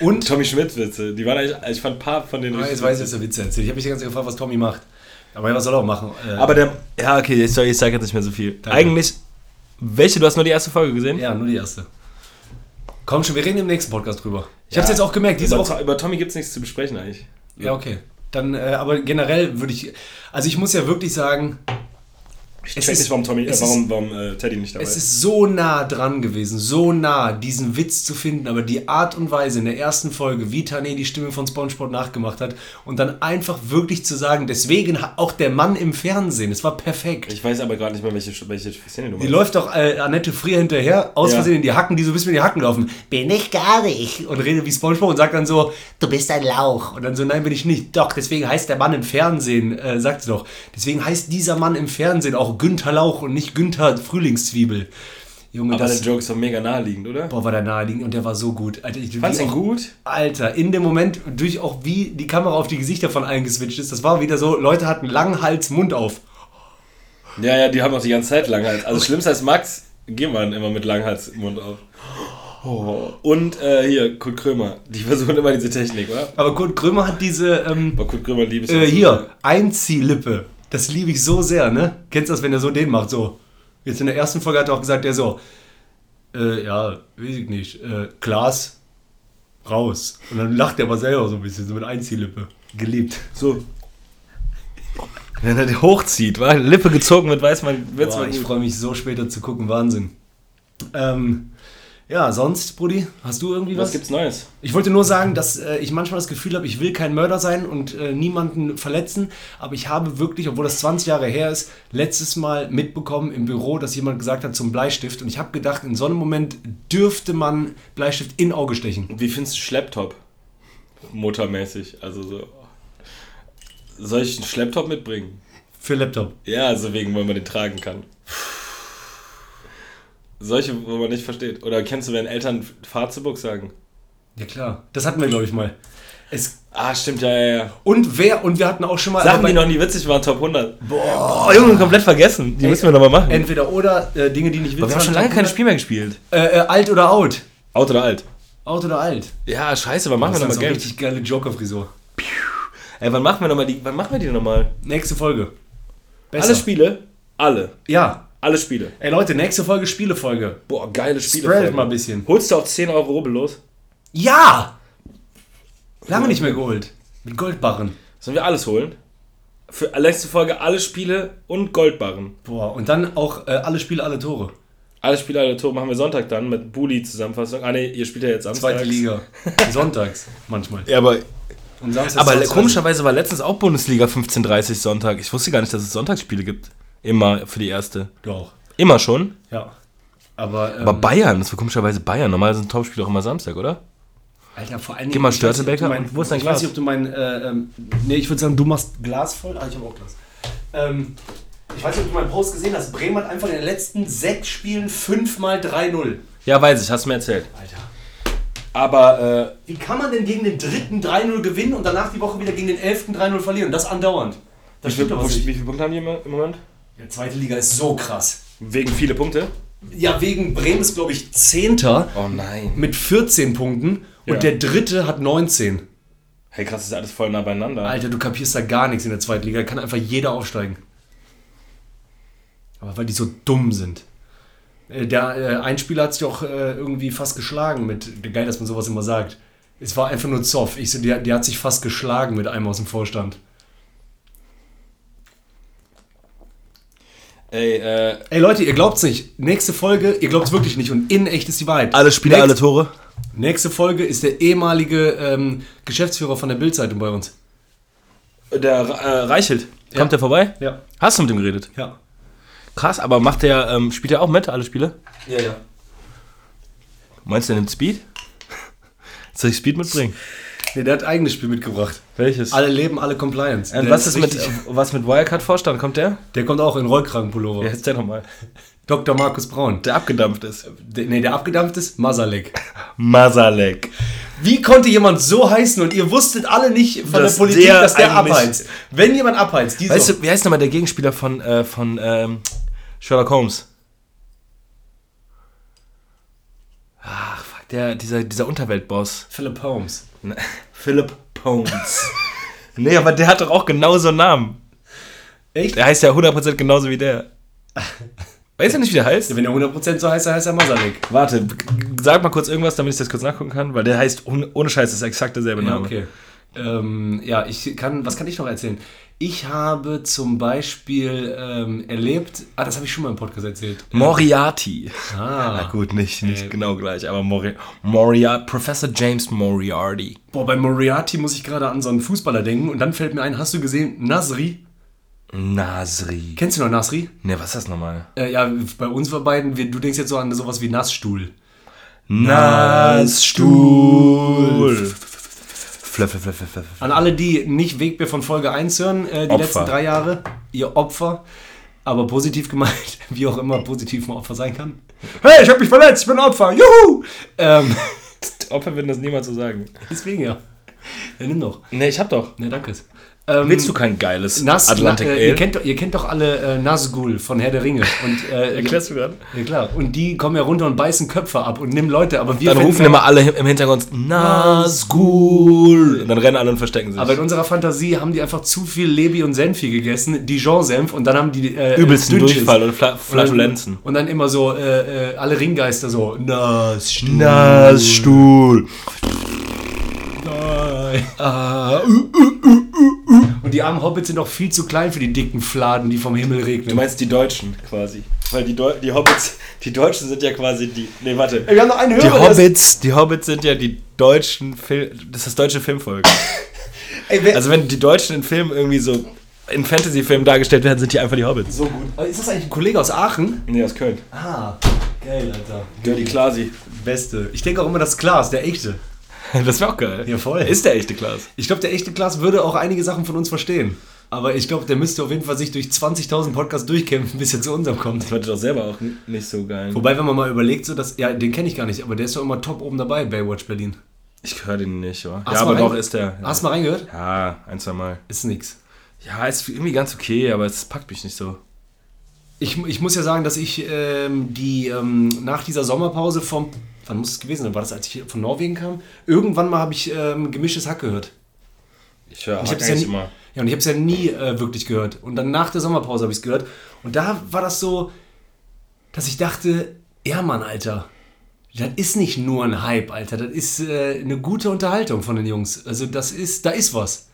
Speaker 1: Und,
Speaker 2: Tommy Schmidt-Witze. Die waren eigentlich, also ich fand ein paar von denen
Speaker 1: Ah, jetzt weiß ich, dass er Witze erzählt. Ich habe mich die ganze Zeit gefragt, was Tommy macht. Aber was soll er auch machen? Äh,
Speaker 2: Aber der. Ja, okay, ich, sorry, ich sage jetzt nicht mehr so viel.
Speaker 1: Danke.
Speaker 2: Eigentlich. Welche? Du hast nur die erste Folge gesehen?
Speaker 1: ja, nur die erste. Komm schon, wir reden im nächsten Podcast drüber. Ich
Speaker 2: Ja.
Speaker 1: habe es jetzt auch gemerkt, diese
Speaker 2: über,
Speaker 1: Woche.
Speaker 2: über Tommy gibt es nichts zu besprechen eigentlich.
Speaker 1: Ja, okay. Dann, äh, aber generell würde ich, also ich muss ja wirklich sagen,
Speaker 2: Ich
Speaker 1: Es
Speaker 2: check
Speaker 1: ist-
Speaker 2: nicht, warum Tommy, äh,
Speaker 1: es ist-
Speaker 2: warum, warum äh, Teddy nicht dabei
Speaker 1: es
Speaker 2: ist.
Speaker 1: ist so nah dran gewesen, so nah, diesen Witz zu finden, aber die Art und Weise in der ersten Folge, wie Tane die Stimme von SpongeBob nachgemacht hat und dann einfach wirklich zu sagen, deswegen ha- auch der Mann im Fernsehen, es war perfekt.
Speaker 2: Ich weiß aber gerade nicht mehr, welche, welche Szene du
Speaker 1: die
Speaker 2: meinst.
Speaker 1: läuft doch äh, Annette Frier hinterher, aus
Speaker 2: Ja.
Speaker 1: Versehen in die Hacken, die so bis mir in die Hacken laufen. Bin ich gar nicht. Und redet wie Spongebob und sagt dann so, du bist ein Lauch. Und dann so, nein, bin ich nicht. Doch, deswegen heißt der Mann im Fernsehen, äh, sagt sie doch. Deswegen heißt dieser Mann im Fernsehen auch Günther Lauch und nicht Günther Frühlingszwiebel. Junge,
Speaker 2: aber
Speaker 1: das
Speaker 2: der Joke ist doch mega naheliegend, oder?
Speaker 1: boah, war der naheliegend und der war so gut. Alter, ich
Speaker 2: Fandst du
Speaker 1: wie
Speaker 2: ihn
Speaker 1: auch-
Speaker 2: gut?
Speaker 1: Alter, in dem Moment, durch auch wie die Kamera auf die Gesichter von allen geswitcht ist, das war wieder so, Leute hatten langen Hals, Mund auf.
Speaker 2: Ja, ja, die haben auch die ganze Zeit Langhals.
Speaker 1: Oh.
Speaker 2: Also schlimmster als Max, Gehmann immer mit Langhals im Mund auf. Oh. Und äh, hier, Kurt Krömer. Die versuchen immer diese Technik, oder?
Speaker 1: Aber Kurt Krömer hat diese, ähm,
Speaker 2: Aber Kurt Krömer liebes.
Speaker 1: Äh, hier, Einziehlippe. Das liebe ich so sehr, ne? Kennst du das, wenn er so den macht, so? Jetzt in der ersten Folge hat er auch gesagt, der so, äh, ja, weiß ich nicht, äh, Glas, raus. Und dann lacht er aber selber so ein bisschen, so mit Einziehlippe. Geliebt.
Speaker 2: So. Wenn er die hochzieht, war Lippe gezogen wird, weiß man, wird's
Speaker 1: Boah,
Speaker 2: mal
Speaker 1: ich
Speaker 2: gut.
Speaker 1: freue mich so später zu gucken, Wahnsinn. Ähm, ja, sonst, Brudi, hast du irgendwie was?
Speaker 2: Was gibt's Neues?
Speaker 1: Ich wollte nur sagen, dass äh, ich manchmal das Gefühl habe, ich will kein Mörder sein und äh, niemanden verletzen, aber ich habe wirklich, obwohl das 20 Jahre her ist, letztes Mal mitbekommen im Büro, dass jemand gesagt hat zum Bleistift und ich habe gedacht, in so einem Moment dürfte man Bleistift in Auge stechen.
Speaker 2: Wie findest du Schlepptop? Motormäßig, also so. Soll ich einen Schlepptop mitbringen?
Speaker 1: Für Laptop.
Speaker 2: Ja, also wegen, weil man den tragen kann. Solche, wo man nicht versteht. Oder kennst du, wenn Eltern Fahrzeug sagen?
Speaker 1: Ja klar, das hatten wir glaube ich mal. Es,
Speaker 2: Ah, stimmt, ja, ja, ja.
Speaker 1: und wer und wir hatten auch schon mal
Speaker 2: Sachen,
Speaker 1: aber
Speaker 2: die
Speaker 1: bei-
Speaker 2: noch nie witzig waren, Top 100. Boah, Junge, komplett vergessen. Die müssen wir nochmal machen.
Speaker 1: entweder oder äh, Dinge, die nicht
Speaker 2: Aber wir haben schon lange kein Spiel mehr gespielt.
Speaker 1: äh, äh, alt oder out.
Speaker 2: Out oder alt?
Speaker 1: Out oder alt.
Speaker 2: Ja, scheiße, wann machen
Speaker 1: das
Speaker 2: wir nochmal
Speaker 1: ist eine
Speaker 2: Geld?
Speaker 1: richtig geile Joker-Frisur.
Speaker 2: Ey, wann machen wir nochmal die, wann machen wir die nochmal?
Speaker 1: Nächste Folge. Besser.
Speaker 2: Alle Spiele? Alle.
Speaker 1: Ja,
Speaker 2: Alle Spiele.
Speaker 1: Ey Leute, nächste Folge Spielefolge.
Speaker 2: Boah, geile Spiele.
Speaker 1: Spreadet mal ein bisschen.
Speaker 2: Holst du auch 10 Euro rubbellos?
Speaker 1: Ja! Lange nicht mehr geholt. Mit Goldbarren.
Speaker 2: Sollen wir alles holen? Für äh, letzte Folge alle Spiele und Goldbarren.
Speaker 1: Boah, und dann auch äh, alle Spiele, alle Tore.
Speaker 2: Alle Spiele, alle Tore machen wir Sonntag dann mit Bulli-Zusammenfassung. Ah ne, ihr spielt ja jetzt Samstag.
Speaker 1: Zweite Liga.
Speaker 2: <laughs>
Speaker 1: Sonntags manchmal.
Speaker 2: Ja, aber,
Speaker 1: Und samstags
Speaker 2: aber
Speaker 1: samstags-
Speaker 2: komischerweise war letztens auch Bundesliga 15.30 Sonntag. Ich wusste gar nicht, dass es Sonntagsspiele gibt. Immer für die erste.
Speaker 1: Doch.
Speaker 2: Immer schon.
Speaker 1: Ja. Aber, ähm,
Speaker 2: Aber Bayern, das war komischerweise Bayern. Normal sind Topspiele auch immer Samstag, oder?
Speaker 1: Alter, vor allen Dingen.
Speaker 2: Geh mal
Speaker 1: ich weiß nicht, ob du
Speaker 2: Störtebeker
Speaker 1: mein-
Speaker 2: und wo ist dein
Speaker 1: Ich
Speaker 2: Glas?
Speaker 1: weiß nicht, ob du mein. Äh, ähm, nee, ich würde sagen, du machst Glas voll. Ah, ich habe auch Glas. Ähm, ich weiß nicht, ob du meinen Post gesehen hast. Bremen hat einfach in den letzten sechs Spielen fünfmal 3-0.
Speaker 2: Ja, weiß ich, hast du mir erzählt.
Speaker 1: Alter.
Speaker 2: Aber, äh,
Speaker 1: Wie kann man denn gegen den dritten 3-0 gewinnen und danach die Woche wieder gegen den elften 3-0 verlieren? Das andauernd. Das
Speaker 2: wie,
Speaker 1: stimmt
Speaker 2: viel-
Speaker 1: doch
Speaker 2: wo-
Speaker 1: was
Speaker 2: wie
Speaker 1: nicht.
Speaker 2: viele Punkte haben die im im Moment?
Speaker 1: Die zweite Liga ist so krass.
Speaker 2: Wegen viele Punkte?
Speaker 1: Ja, wegen Bremen ist, glaube ich, Zehnter
Speaker 2: Oh nein.
Speaker 1: mit 14 Punkten und
Speaker 2: Ja.
Speaker 1: der dritte hat 19.
Speaker 2: Hey, krass, das ist alles voll nah beieinander.
Speaker 1: Alter, du kapierst da gar nichts in der zweiten Liga. Da kann einfach jeder aufsteigen. Aber weil die so dumm sind. Äh, Der, äh, ein Spieler hat sich auch äh, irgendwie fast geschlagen mit. Geil, dass man sowas immer sagt. Es war einfach nur Zoff. Ich so, der, der hat sich fast geschlagen mit einem aus dem Vorstand.
Speaker 2: Ey, äh,
Speaker 1: Ey Leute, ihr glaubt's nicht. Nächste Folge, ihr glaubt's wirklich nicht. Und in echt ist die Wahrheit.
Speaker 2: alle Spiele,
Speaker 1: Nächst-
Speaker 2: alle Tore.
Speaker 1: Nächste Folge ist der ehemalige ähm, Geschäftsführer von der Bildzeitung bei uns.
Speaker 2: Der äh, Reichelt.
Speaker 1: Ja.
Speaker 2: Kommt der vorbei?
Speaker 1: Ja,
Speaker 2: Hast du mit ihm geredet?
Speaker 1: ja.
Speaker 2: Krass, aber macht der, ähm, spielt er auch mit, alle Spiele?
Speaker 1: Ja, ja.
Speaker 2: Meinst du, der nimmt Speed? <laughs> Soll ich Speed mitbringen?
Speaker 1: Nee, der hat eigenes Spiel mitgebracht.
Speaker 2: Welches?
Speaker 1: Alle leben, alle Compliance.
Speaker 2: Und
Speaker 1: Der
Speaker 2: was ist mit,
Speaker 1: richtig-
Speaker 2: äh, was mit Wirecard-Vorstand? Kommt der?
Speaker 1: Der kommt auch in Rollkragenpullover.
Speaker 2: Wer ist der nochmal?
Speaker 1: Dr. Markus Braun.
Speaker 2: Der abgedampft ist.
Speaker 1: Der, nee, der abgedampft ist Masalek.
Speaker 2: Masalek.
Speaker 1: Wie konnte jemand so heißen und ihr wusstet alle nicht von
Speaker 3: Dass
Speaker 1: der Politik,
Speaker 3: der
Speaker 1: dass der
Speaker 3: ein Mist-
Speaker 1: abheizt? Wenn jemand abheizt, die
Speaker 3: Weißt
Speaker 1: so.
Speaker 3: du, wie heißt nochmal der Gegenspieler von, äh, von ähm, Sherlock Holmes? Ach, fuck, der, dieser, dieser Unterweltboss.
Speaker 1: Philip Holmes.
Speaker 3: Philip Pones. <laughs> nee, aber der hat doch auch genauso einen Namen.
Speaker 1: Echt?
Speaker 3: Der heißt ja 100% genauso wie <laughs> der. Weißt du nicht, wie der heißt?
Speaker 1: Wenn er 100% so heißt, dann heißt er Masaryk.
Speaker 3: Warte, sag mal kurz irgendwas, damit ich das kurz nachgucken kann, weil der heißt ohne ohne Scheiß ist exakt derselbe
Speaker 1: Ja,
Speaker 3: Name.
Speaker 1: okay. Ähm, ja, ich kann, was kann ich noch erzählen? Ich habe zum Beispiel ähm, erlebt, ah, das habe ich schon mal im Podcast erzählt.
Speaker 3: Moriarty.
Speaker 1: Ah.
Speaker 3: Na gut, nicht, nicht genau gleich, aber Mori Moriarty, Professor James Moriarty.
Speaker 1: Boah, bei Moriarty muss ich gerade an so einen Fußballer denken und dann fällt mir ein, hast du gesehen, Nasri?
Speaker 3: Nasri.
Speaker 1: Kennst du noch Nasri?
Speaker 3: Ne, was ist das nochmal?
Speaker 1: Äh, ja, bei uns wir beiden, wir, du denkst jetzt so an sowas wie Nassstuhl.
Speaker 3: Nasstuhl. Fluff, fluff, fluff, fluff, fluff.
Speaker 1: An alle, die nicht Wegbier von Folge 1 hören, äh, die
Speaker 3: Opfer.
Speaker 1: letzten drei Jahre, ihr Opfer, aber positiv gemeint, <laughs> wie auch immer positiv ein Opfer sein kann. Hey, ich habe mich verletzt, ich bin ein Opfer, juhu! Ähm, <laughs>
Speaker 3: Opfer würden das niemals so sagen.
Speaker 1: deswegen ja. ja. Nimm doch.
Speaker 3: Ne, ich hab doch.
Speaker 1: Ne, danke. Ähm,
Speaker 3: Willst du kein geiles
Speaker 1: Nas,
Speaker 3: Atlantic
Speaker 1: äh,
Speaker 3: Ale?
Speaker 1: ihr, kennt, doch- ihr kennt doch alle äh, Nazgul von Herr der Ringe. Und, äh,
Speaker 3: Erklärst du gerade?
Speaker 1: Ja klar, und die kommen ja runter und beißen Köpfe ab und nehmen Leute, aber wir
Speaker 3: Dann
Speaker 1: finden-
Speaker 3: rufen immer alle im Hintergrund Nasgul. Und dann rennen alle und verstecken sich.
Speaker 1: Aber in unserer Fantasie haben die einfach zu viel Lebi und Senfi gegesten, Dijon-Senf, und dann haben die äh,
Speaker 3: übelsten
Speaker 1: Dünches.
Speaker 3: Durchfall und Fla
Speaker 1: Und dann-
Speaker 3: Flatulenzen.
Speaker 1: Und dann immer so, äh, äh, alle Ringgeister so, Nasstuhl.
Speaker 3: Nasstuhl.
Speaker 1: Und die armen Hobbits sind auch viel zu klein für die dicken Fladen, die vom Himmel
Speaker 2: Du
Speaker 1: regnen.
Speaker 2: meinst die Deutschen quasi. Weil die, Deu die Hobbits, die Deutschen sind ja quasi die. Nee, warte.
Speaker 1: Wir haben noch einen
Speaker 3: Die
Speaker 1: Hörer. das-
Speaker 3: Hobbits, die Hobbits sind ja die deutschen Fil das ist das deutsche Filmvolk.
Speaker 1: Ey, wer,
Speaker 3: Also wenn die Deutschen in Filmen irgendwie so in Fantasy-Filmen dargestellt werden, sind die einfach die Hobbits.
Speaker 2: So gut.
Speaker 1: ist das eigentlich ein Kollege aus Aachen?
Speaker 2: Nee, aus Köln.
Speaker 1: Ah, geil, Alter.
Speaker 2: Dirty Klasi.
Speaker 1: Beste. Ich denke auch immer, das Klaas, der echte.
Speaker 3: <laughs> Das wäre auch geil.
Speaker 1: Ja, voll.
Speaker 3: Ist der echte Klaas.
Speaker 1: Ich glaube, der echte Klaas würde auch einige Sachen von uns verstehen. Aber ich glaube, der müsste auf jeden Fall sich durch 20.000 Podcasts durchkämpfen, bis er zu unserem kommt.
Speaker 2: Das wollte doch selber auch n- nicht so geil.
Speaker 1: Wobei, wenn man mal überlegt, so dass, ja, den kenne ich gar nicht, aber der ist doch immer top oben dabei, Baywatch Berlin.
Speaker 3: Ich höre den nicht, oder?
Speaker 1: Hast
Speaker 3: ja,
Speaker 1: du mal
Speaker 3: aber doch
Speaker 1: rein-
Speaker 3: ist der. Ja.
Speaker 1: Hast du mal reingehört?
Speaker 3: ja, ein, zwei Mal.
Speaker 1: Ist nix.
Speaker 3: Ja, ist irgendwie ganz okay, aber es packt mich nicht so.
Speaker 1: Ich, ich muss ja sagen, dass ich ähm, die ähm, nach dieser Sommerpause vom, wann muss es gewesen sein, war das, als ich von Norwegen kam? Irgendwann mal habe ich ähm, gemischtes Hack gehört.
Speaker 2: Ich höre
Speaker 1: Ich hab's ja nie, ja, und ich habe es ja nie äh, wirklich gehört. Und dann nach der Sommerpause habe ich es gehört. Und da war das so, dass ich dachte, ja Mann, Alter, das ist nicht nur ein Hype, Alter. Das ist äh, eine gute Unterhaltung von den Jungs. Also das ist, da ist was.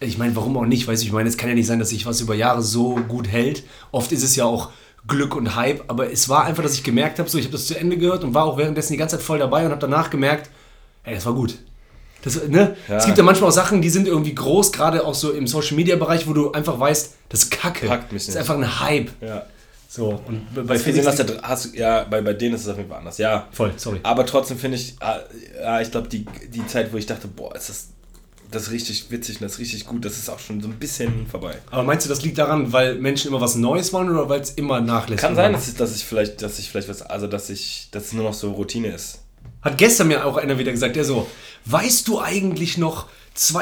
Speaker 1: Ich meine, warum auch nicht? Weißt du, ich meine, es kann ja nicht sein, dass sich was über Jahre so gut hält. Oft ist es ja auch Glück und Hype, aber es war einfach, dass ich gemerkt habe, so ich habe das zu Ende gehört und war auch währenddessen die ganze Zeit voll dabei und habe danach gemerkt, ey, das war gut. Das, ne? Es gibt ja manchmal auch Sachen, die sind irgendwie groß, gerade auch so im Social Media Bereich, wo du einfach weißt, das ist Kacke.
Speaker 2: Packt mich
Speaker 1: das ist
Speaker 2: nicht.
Speaker 1: einfach ein Hype.
Speaker 2: Ja.
Speaker 1: So, und bei
Speaker 2: Bei
Speaker 1: Felix-
Speaker 2: Felix hast du, hast, du- ja, bei, bei denen ist es auf jeden Fall anders. Ja.
Speaker 1: Voll, sorry.
Speaker 2: Aber trotzdem finde ich, ah, ja, ich glaube, die, die Zeit, wo ich dachte, boah, ist das, das ist richtig witzig und das ist richtig gut, das ist auch schon so ein bisschen vorbei.
Speaker 1: Aber meinst du, das liegt daran, weil Menschen immer was Neues wollen oder weil es immer nachlässt?
Speaker 2: Kann sein, dass ich, dass ich vielleicht, dass ich vielleicht was, also dass ich, dass es nur noch so Routine ist.
Speaker 1: Hat gestern mir auch einer wieder gesagt, der so, weißt du eigentlich noch,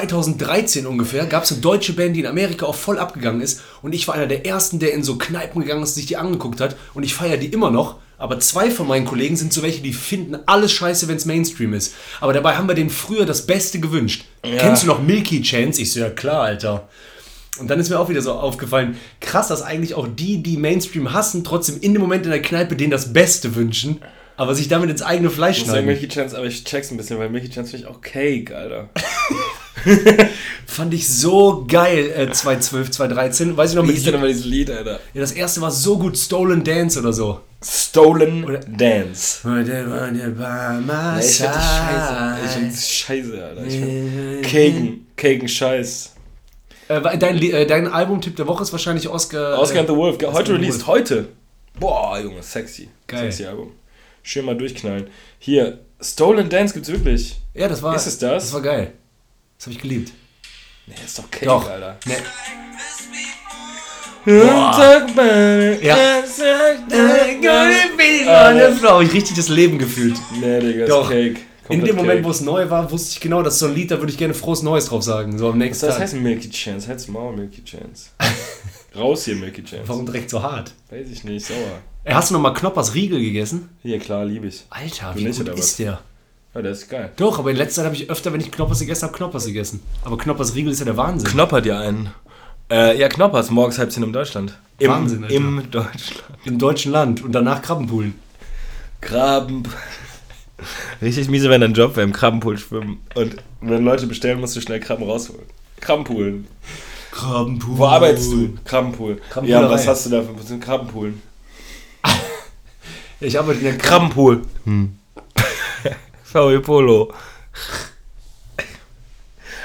Speaker 1: 2013 ungefähr gab es eine deutsche Band, die in Amerika auch voll abgegangen ist und ich war einer der ersten, der in so Kneipen gegangen ist, sich die angeguckt hat und ich feiere die immer noch. Aber zwei von meinen Kollegen sind so welche, die finden alles scheiße, wenn es Mainstream ist. Aber dabei haben wir denen früher das Beste gewünscht. Kennst du noch Milky Chance? Ich so, ja klar, Alter. Und dann ist mir auch wieder so aufgefallen, krass, dass eigentlich auch die, die Mainstream hassen, trotzdem in dem Moment in der Kneipe denen das Beste wünschen, aber sich damit ins eigene Fleisch
Speaker 2: Ich sage
Speaker 1: schneiden.
Speaker 2: Milky Chance, aber ich check's ein bisschen, weil Milky Chance finde ich auch Cake,
Speaker 1: <laughs>
Speaker 2: Alter.
Speaker 1: Fand ich so geil, äh, 2012, 2013. Weiß ich noch
Speaker 2: Wie
Speaker 1: mit
Speaker 2: hieß denn immer dieses Lied, Alter?
Speaker 1: Ja, das erste war so gut, Stolen Dance oder so.
Speaker 2: Stolen
Speaker 1: Oder-
Speaker 2: Dance.
Speaker 1: Ja,
Speaker 2: Ja, ich finde das scheiße. Ich finde
Speaker 1: Äh,
Speaker 2: das scheiße, Alter. Ich find Kagan. Kagan Scheiß.
Speaker 1: dein, Li- äh, dein Albumtipp der Woche ist wahrscheinlich Oscar. äh,
Speaker 2: Oscar and the Wolf.
Speaker 1: Oscar and
Speaker 2: Heute
Speaker 1: the
Speaker 2: released. Heute. Boah, Junge, sexy.
Speaker 1: Geil.
Speaker 2: Sexy Album. Schön mal durchknallen. Hier, Stolen Dance gibt's wirklich.
Speaker 1: äh, Ja, das war.
Speaker 2: Ist es das?
Speaker 1: Das war geil. Das habe ich geliebt.
Speaker 2: Nee, ist doch Cake,
Speaker 1: Doch.
Speaker 2: Alter.
Speaker 1: Ne,
Speaker 2: Ja.
Speaker 1: Frau, ich richtig das Leben gefühlt. äh,
Speaker 2: Nee, Digga,
Speaker 1: Doch.
Speaker 2: ist
Speaker 1: In
Speaker 2: Cake. Komplett
Speaker 1: dem Moment,
Speaker 2: cake.
Speaker 1: wo es neu war, wusste ich genau, das ist so ein Lied, da würde ich gerne frohes Neues drauf sagen. So am
Speaker 2: Was
Speaker 1: nächsten
Speaker 2: soll das
Speaker 1: Tag.
Speaker 2: heißen, Milky Chance? Halt's Maul, Milky Chance. Raus hier, Milky Chance.
Speaker 1: Warum direkt so hart?
Speaker 2: Weiß ich nicht, sauer.
Speaker 1: Ey, hast du nochmal Knoppers Riegel gegessen?
Speaker 2: Hier, klar, liebe ich.
Speaker 1: Alter,
Speaker 2: Du
Speaker 1: wie
Speaker 2: nicht,
Speaker 1: gut
Speaker 2: oder was?
Speaker 1: ist der?
Speaker 2: Ja, das ist geil.
Speaker 1: Doch, aber in letzter Zeit habe ich öfter, wenn ich Knoppers gegessen habe, Knoppers gegessen. Aber Knoppers Riegel ist ja der Wahnsinn.
Speaker 3: Knoppert ja einen. Äh, ja, Knoppers, morgens halb zehn in Deutschland. Im,
Speaker 1: Wahnsinn, Alter.
Speaker 3: Im Deutschland.
Speaker 1: Im deutschen Land und danach Krabbenpoolen.
Speaker 2: Graben.
Speaker 3: <laughs> Richtig miese, wenn dein Job wäre, im Krabbenpool schwimmen.
Speaker 2: Und wenn Leute bestellen, musst du schnell Krabben rausholen. Krabbenpoolen.
Speaker 1: Krabbenpoolen.
Speaker 2: Wo arbeitest du? Krabbenpool.
Speaker 1: Krabbenpoolerei.
Speaker 2: Ja, was hast du da für ein Krabbenpoolen?
Speaker 1: Ich arbeite in der Krabben.
Speaker 3: Krabbenpool. <laughs> Hm. VW Polo.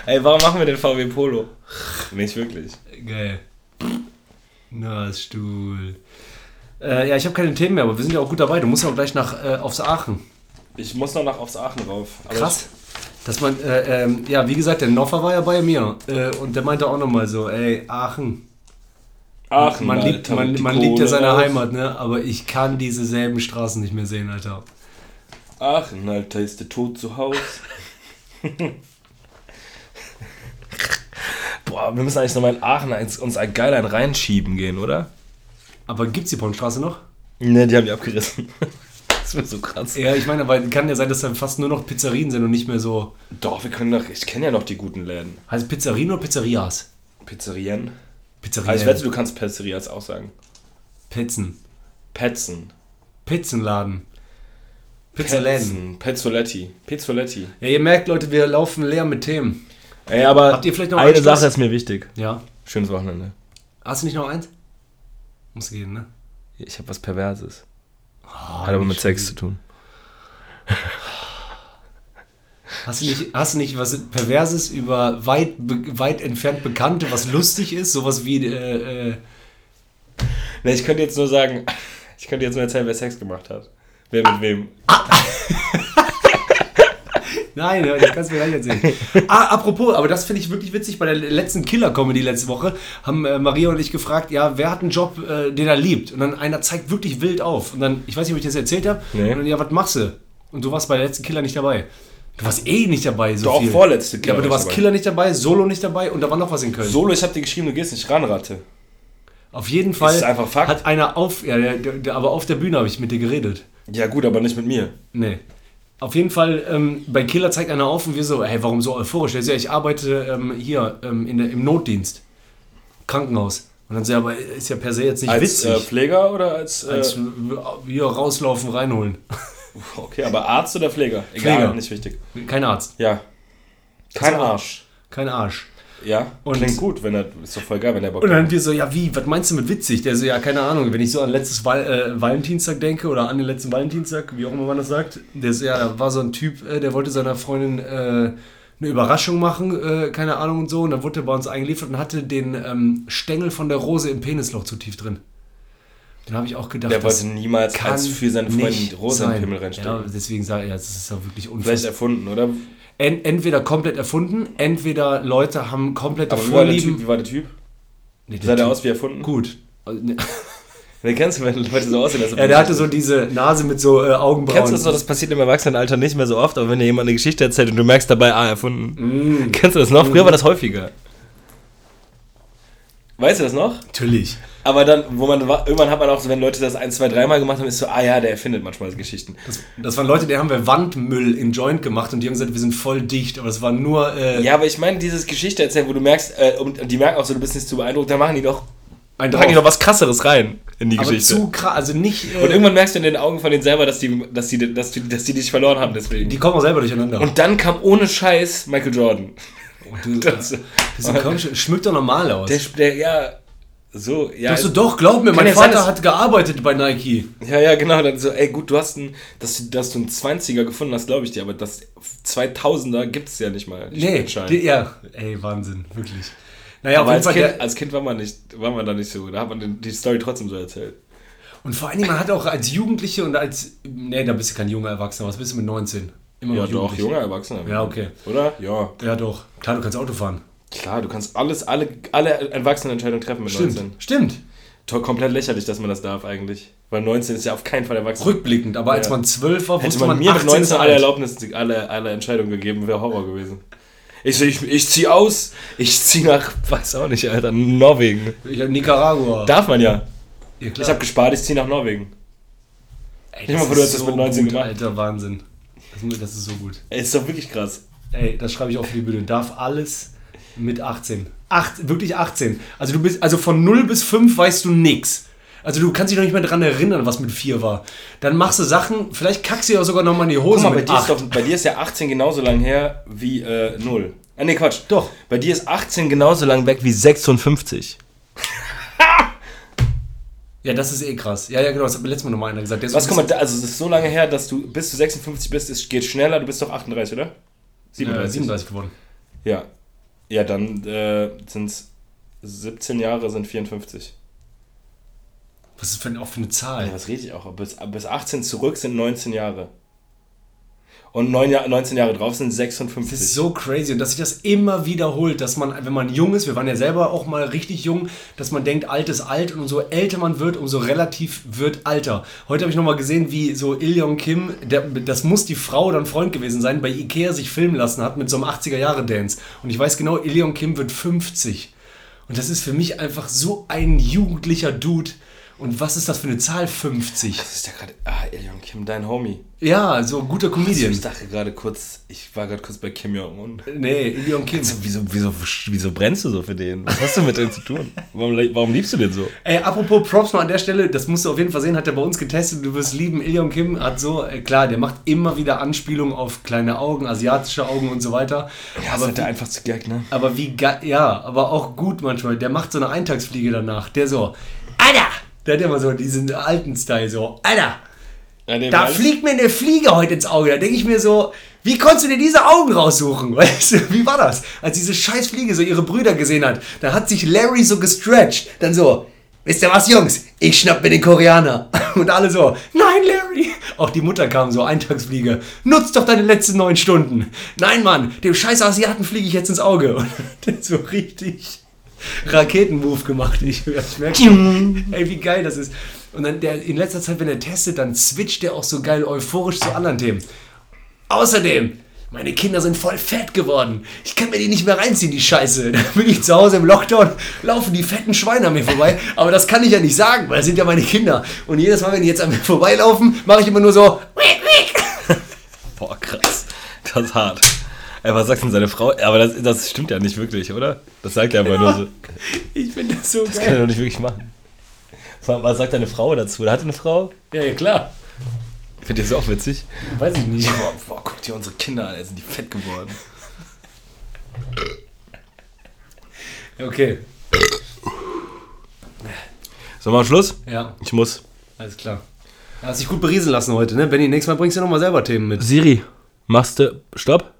Speaker 3: Ey, warum machen wir den VW Polo?
Speaker 2: Nicht wirklich.
Speaker 1: Geil. Nassstuhl. Äh, ja, ich habe keine Themen mehr, aber wir sind ja auch gut dabei. Du musst ja auch gleich nach äh, aufs Aachen.
Speaker 2: Ich muss noch nach aufs Aachen rauf. Aber
Speaker 1: Krass. Dass man, äh, ähm, ja, wie gesagt, der Noffer war ja bei mir. Äh, und der meinte auch nochmal so, ey, Aachen.
Speaker 2: Ich, Aachen,
Speaker 1: Man liebt,
Speaker 2: Alter,
Speaker 1: man,
Speaker 2: die
Speaker 1: man liebt ja
Speaker 2: Kohle
Speaker 1: seine
Speaker 2: raus.
Speaker 1: Heimat, ne? Aber ich kann diese selben Straßen nicht mehr sehen, Alter.
Speaker 2: Aachen, Alter, ist der Tod zu <laughs> Haus.
Speaker 3: Boah, wir müssen eigentlich nochmal in Aachen eins, uns ein geil ein reinschieben gehen, oder?
Speaker 1: Aber gibt's die Pornstraße noch?
Speaker 3: Ne, die haben die abgerissen. <laughs> das wäre so krass.
Speaker 1: Ja, ich meine, aber kann ja sein, dass da fast nur noch Pizzerien sind und nicht mehr so.
Speaker 2: Doch, wir können doch. Ich kenne ja noch die guten Läden.
Speaker 1: Heißt Pizzerien oder Pizzerias?
Speaker 2: Pizzerien.
Speaker 1: Pizzerien.
Speaker 2: Also ich wette, du kannst Pizzerias auch sagen.
Speaker 1: Pizzen.
Speaker 2: Petzen.
Speaker 1: Pizzenladen. Pizzaläden.
Speaker 2: Petzen. Pezzoletti. Pezzoletti.
Speaker 1: Ja, ihr merkt, Leute, wir laufen leer mit Themen.
Speaker 3: Ey, aber
Speaker 1: Habt ihr vielleicht noch
Speaker 3: eine
Speaker 1: einen Schluss?
Speaker 3: Sache ist mir wichtig.
Speaker 1: Ja.
Speaker 3: Schönes Wochenende.
Speaker 1: Hast du nicht noch eins? Muss gehen, ne?
Speaker 3: Ich habe was Perverses. Hat aber mit Sex zu tun.
Speaker 1: Hast du nicht, hast du nicht was Perverses über weit, be, weit entfernt Bekannte, was lustig ist? Sowas wie, äh, äh,
Speaker 2: Ne, ich könnte jetzt nur sagen, <laughs> ich könnte jetzt nur erzählen, wer Sex gemacht hat. Wer mit wem.
Speaker 1: Nein, das kannst du mir gleich
Speaker 2: <laughs>
Speaker 1: erzählen. ah, apropos, aber das finde ich wirklich witzig. Bei der letzten Killer-Comedy letzte Woche haben äh, Maria und ich gefragt, ja, wer hat einen Job, äh, den er liebt? Und dann einer zeigt wirklich wild auf. Und dann, ich weiß nicht, ob ich das erzählt habe.
Speaker 2: Nee.
Speaker 1: Und dann, ja, was machst du? Und du warst bei der letzten Killer nicht dabei. Du warst eh nicht dabei, so
Speaker 2: Doch,
Speaker 1: viel.
Speaker 2: vorletzte Killer
Speaker 1: Ja, aber du
Speaker 2: war ich
Speaker 1: warst
Speaker 2: dabei.
Speaker 1: Killer nicht dabei, Solo nicht dabei und da war noch was in Köln.
Speaker 2: Solo, ich hab dir geschrieben, du gehst nicht ran, Ratte.
Speaker 1: Auf jeden Fall
Speaker 2: Ist einfach Fakt.
Speaker 1: hat einer auf, ja, der, der, der, aber auf der Bühne habe ich mit dir geredet.
Speaker 2: Ja gut, aber nicht mit mir.
Speaker 1: Nee. Auf jeden Fall, ähm, bei Killer zeigt einer auf und wir so, hey, warum so euphorisch? Der so, ja, ich arbeite ähm, hier ähm, in der, im Notdienst. Krankenhaus. Und dann so, ja, aber ist ja per se jetzt nicht
Speaker 2: Als
Speaker 1: witzig.
Speaker 2: äh, Pfleger oder als... Äh,
Speaker 1: als äh, hier rauslaufen, reinholen.
Speaker 2: <laughs> okay, aber Arzt oder Pfleger? Egal,
Speaker 1: Pfleger.
Speaker 2: nicht wichtig.
Speaker 1: Kein Arzt,
Speaker 2: Ja. Kein
Speaker 1: Das war-
Speaker 2: Arsch.
Speaker 1: kein Arsch.
Speaker 2: Ja,
Speaker 1: Und-
Speaker 2: klingt gut, wenn er... Ist doch voll geil, wenn er Bock
Speaker 1: Und
Speaker 2: hat.
Speaker 1: dann wir so, ja, wie, was meinst du mit witzig? Der so, ja, keine Ahnung, wenn ich so an letztes Val äh, Valentinstag denke oder an den letzten Valentinstag, wie auch immer man das sagt, der so, ja, da war so ein Typ, äh, der wollte seiner Freundin äh, eine Überraschung machen, äh, keine Ahnung und so, und dann wurde er bei uns eingeliefert und hatte den ähm, Stängel von der Rose im Penisloch zu tief drin. Dann habe ich auch gedacht,
Speaker 2: Der wollte niemals
Speaker 1: kann
Speaker 2: als für seine Freundin
Speaker 1: nicht
Speaker 2: Rosa in den
Speaker 1: sein.
Speaker 2: Pimmel
Speaker 1: Ja,
Speaker 2: reinstecken.
Speaker 1: deswegen sage ich, ja, das ist ja wirklich
Speaker 2: Vielleicht
Speaker 1: unfassbar.
Speaker 2: erfunden, oder?
Speaker 1: En entweder komplett erfunden, entweder Leute haben komplette
Speaker 2: Aber wie war, der typ,
Speaker 1: Vorlieben.
Speaker 2: wie war der Typ?
Speaker 1: Nee, der
Speaker 2: Sah der
Speaker 1: Typ-
Speaker 2: aus wie erfunden?
Speaker 1: Gut. Also, ne-
Speaker 2: Den kennst du, wenn Leute so aussehen. als ob
Speaker 1: Ja,
Speaker 2: die-
Speaker 1: der hatte so diese Nase mit so äh, Augenbrauen.
Speaker 3: Kennst du das noch? Das passiert im Erwachsenenalter nicht mehr so oft, aber wenn dir jemand eine Geschichte erzählt und du merkst dabei, ah, erfunden.
Speaker 1: Mm.
Speaker 2: <laughs>
Speaker 3: Kennst du das noch? Früher war das häufiger.
Speaker 2: Weißt du das noch?
Speaker 1: Natürlich.
Speaker 2: Aber dann, wo man war- irgendwann hat man auch so, wenn Leute das ein, zwei, dreimal gemacht haben, ist so, ah ja, der erfindet manchmal so Geschichten.
Speaker 1: Das, das waren Leute, die haben wir Wandmüll in Joint gemacht und die haben gesagt, wir sind voll dicht, aber das war nur. Äh,
Speaker 2: Ja, aber ich meine, dieses Geschichte erzählen, wo du merkst, äh, und, und die merken auch so, du bist nicht zu beeindruckt, dann machen die doch.
Speaker 1: ein
Speaker 3: Da pack ich
Speaker 1: drauf.
Speaker 3: noch was krasseres rein in die
Speaker 1: aber
Speaker 3: Geschichte.
Speaker 1: zu krass, also nicht. Äh,
Speaker 2: Und irgendwann merkst du in den Augen von denen selber, dass die, dass die, dass die, dass die dich verloren haben deswegen.
Speaker 1: die kommen auch selber durcheinander.
Speaker 2: und dann kam ohne Scheiß
Speaker 1: <laughs>
Speaker 2: Michael Jordan.
Speaker 1: du,
Speaker 2: Das,
Speaker 1: das kommt, schmückt doch normal aus.
Speaker 2: der, der, ja, so, ja.
Speaker 1: Ach so, doch, glaub mir,
Speaker 2: Kann
Speaker 1: mein
Speaker 2: ja sein,
Speaker 1: Vater
Speaker 2: dass-
Speaker 1: hat gearbeitet bei Nike.
Speaker 2: Ja, ja, genau. Dann so, ey, gut, du hast einen, dass, du- dass du einen 20er gefunden hast, glaube ich dir, aber das 2000er gibt es ja nicht mal. die
Speaker 1: Nee,
Speaker 2: Schein.
Speaker 1: die, ja. Ey, Wahnsinn, wirklich. Naja, auf
Speaker 2: aber
Speaker 1: jeden
Speaker 2: als
Speaker 1: Fall.
Speaker 2: kind,
Speaker 1: Der,
Speaker 2: als kind war man nicht, war man da nicht so. Da hat man den, die Story trotzdem so erzählt.
Speaker 1: und vor allen Dingen, man hat auch als Jugendliche und als. Nee, da bist du kein junger Erwachsener, was bist du mit 19? Immer
Speaker 2: Ja,
Speaker 1: noch
Speaker 2: doch,
Speaker 1: Jugendlich.
Speaker 2: junger Erwachsener.
Speaker 1: Ja, okay.
Speaker 2: Oder? Ja.
Speaker 1: Ja, doch. Klar, du kannst Auto fahren.
Speaker 2: Klar, du kannst alles, alle, alle Erwachsenenentscheidungen treffen mit
Speaker 1: Stimmt.
Speaker 2: 19.
Speaker 1: Stimmt.
Speaker 2: To komplett lächerlich, dass man das darf eigentlich. Weil 19 ist ja auf keinen Fall erwachsen.
Speaker 1: Rückblickend, aber als
Speaker 2: Ja.
Speaker 1: man 12 war,
Speaker 2: Hätte
Speaker 1: wusste
Speaker 2: man,
Speaker 1: man,
Speaker 2: mir mit
Speaker 1: 18 ist
Speaker 2: 19 alle
Speaker 1: alt.
Speaker 2: Erlaubnisse, alle, alle Entscheidungen gegeben, wäre Horror gewesen. Ich, so, ich, ich zieh aus, ich zieh nach, weiß auch nicht, Alter, Norwegen.
Speaker 1: Ich hab Nicaragua.
Speaker 2: Darf man ja.
Speaker 1: ja,
Speaker 2: Ich habe gespart, ich zieh nach Norwegen.
Speaker 1: Ey,
Speaker 2: Stell dir mal vor, du
Speaker 1: ist
Speaker 2: hättest das mit 19
Speaker 1: gut,
Speaker 2: gemacht.
Speaker 1: Alter, Wahnsinn. Das, ist- das ist so gut.
Speaker 2: Ey, ist doch wirklich krass.
Speaker 1: Ey, das schreibe ich auch für die Bühne. Darf alles mit 18. Acht, wirklich 18. Also du bist, also von 0 bis 5 weißt du nix. Also du kannst dich noch nicht mal dran erinnern, was mit 4 war. Dann machst du Sachen, vielleicht kackst du dir auch sogar nochmal in die
Speaker 2: Guck
Speaker 1: Hose
Speaker 2: mal, bei
Speaker 1: mit
Speaker 2: dir,
Speaker 1: 8.
Speaker 2: ist doch, bei dir ist ja 18 genauso lang her wie äh, 0. Ah, nee, Quatsch.
Speaker 1: Doch.
Speaker 2: Bei dir ist 18 genauso lang weg wie 56.
Speaker 1: ja, das ist eh krass. Ja, ja, genau, das hat mir letztes Mal nochmal einer gesagt. Der ist
Speaker 2: Was,
Speaker 1: so
Speaker 2: guck
Speaker 1: ein
Speaker 2: mal, da- also es ist so lange her, dass du bis du 56 bist, es geht schneller, du bist doch 38, oder?
Speaker 1: bisschen- äh, 37 geworden.
Speaker 2: Ja. Ja, dann äh, sind 17 Jahre sind 54.
Speaker 1: Was ist für, ein- auch für eine Zahl?
Speaker 2: Ja, das rede ich auch. Bis, bis 18 zurück sind 19 Jahre. Und 9 Jahr, 19 Jahre drauf sind
Speaker 1: Das
Speaker 2: 56.
Speaker 1: ist so crazy und dass sich das immer wiederholt, dass man, wenn man jung ist, wir waren ja selber auch mal richtig jung, dass man denkt, alt ist alt und umso älter man wird, umso relativ wird alter. Heute habe ich nochmal gesehen, wie so Ilyong Kim, der, das muss die Frau oder ein Freund gewesen sein, bei Ikea sich filmen lassen hat mit so einem 80er-Jahre-Dance. Und ich weiß genau, Ilyong Kim wird 50. Und das ist für mich einfach so ein jugendlicher Dude. Und was ist das für eine Zahl 50?
Speaker 2: das ist ja gerade. Ah, Ilyong Kim, dein Homie.
Speaker 1: Ja, so guter Comedian.
Speaker 2: Ich dachte gerade kurz, ich war gerade kurz bei Kim Jong-un.
Speaker 1: Nee, Ilyong Kim.
Speaker 2: Äh, Wieso, wieso, wieso brennst du so für den? Was hast du mit dem zu tun? Warum, warum liebst du den so?
Speaker 1: Ey, apropos Props mal an der Stelle, das musst du auf jeden Fall sehen, hat er bei uns getestet, du wirst lieben, Ilion Kim hat so, äh, klar, der macht immer wieder Anspielungen auf kleine Augen, asiatische Augen und so weiter.
Speaker 2: Ja, das
Speaker 1: aber,
Speaker 2: ist der einfachste Gag, ne?
Speaker 1: aber wie geil, ja, aber auch gut manchmal, der macht so eine Eintagsfliege danach, der so, Alter, der hat immer so diesen alten Style, so, Alter,
Speaker 2: Ja, nee,
Speaker 1: da
Speaker 2: weil-
Speaker 1: fliegt mir eine Fliege heute ins Auge, da denke ich mir so, wie konntest du dir diese Augen raussuchen, <laughs> weißt du, wie war das? Als diese scheiß Fliege so ihre Brüder gesehen hat, da hat sich Larry so gestretched, dann so, wisst ihr was, Jungs, ich schnapp mir den Koreaner. <laughs> Und alle so, nein, Larry. Auch die Mutter kam so, Eintagsfliege, nutz doch deine letzten neun Stunden. Nein, Mann, dem scheiß Asiaten fliege ich jetzt ins Auge. <laughs> Und der so richtig... Raketenmove gemacht. Ich, ich merke schon, ey, wie geil das ist. Und dann der, in letzter Zeit, wenn er testet, dann switcht er auch so geil euphorisch zu anderen Themen. Außerdem, meine Kinder sind voll fett geworden. Ich kann mir die nicht mehr reinziehen, die Scheiße. <laughs> Da bin ich zu Hause im Lockdown, laufen die fetten Schweine an mir vorbei. Aber das kann ich ja nicht sagen, weil es sind ja meine Kinder. Und jedes Mal, wenn die jetzt an mir vorbeilaufen, mache ich immer nur so. <laughs> "Wiek, wiek."
Speaker 2: Boah, krass. Das ist hart. Ey, was sagt denn seine Frau? Aber das, das stimmt ja nicht wirklich, oder? Das sagt er aber nur so.
Speaker 1: Ich finde das so
Speaker 2: Das kann er
Speaker 1: geil.
Speaker 2: doch nicht wirklich machen. Was was sagt deine Frau dazu? Hat er eine Frau?
Speaker 1: Ja, ja, klar.
Speaker 2: Findet ihr das auch witzig?
Speaker 1: Weiß ich nicht.
Speaker 2: Boah, boah, guck dir unsere Kinder an, ey, sind die fett geworden.
Speaker 1: Okay,
Speaker 2: Sollen wir mal Schluss?
Speaker 1: ja.
Speaker 2: Ich muss.
Speaker 1: Alles klar. Hast dich gut beriesen lassen heute, ne? Benni, nächstes Mal bringst du ja nochmal selber Themen mit.
Speaker 2: Siri, machst du. Stopp?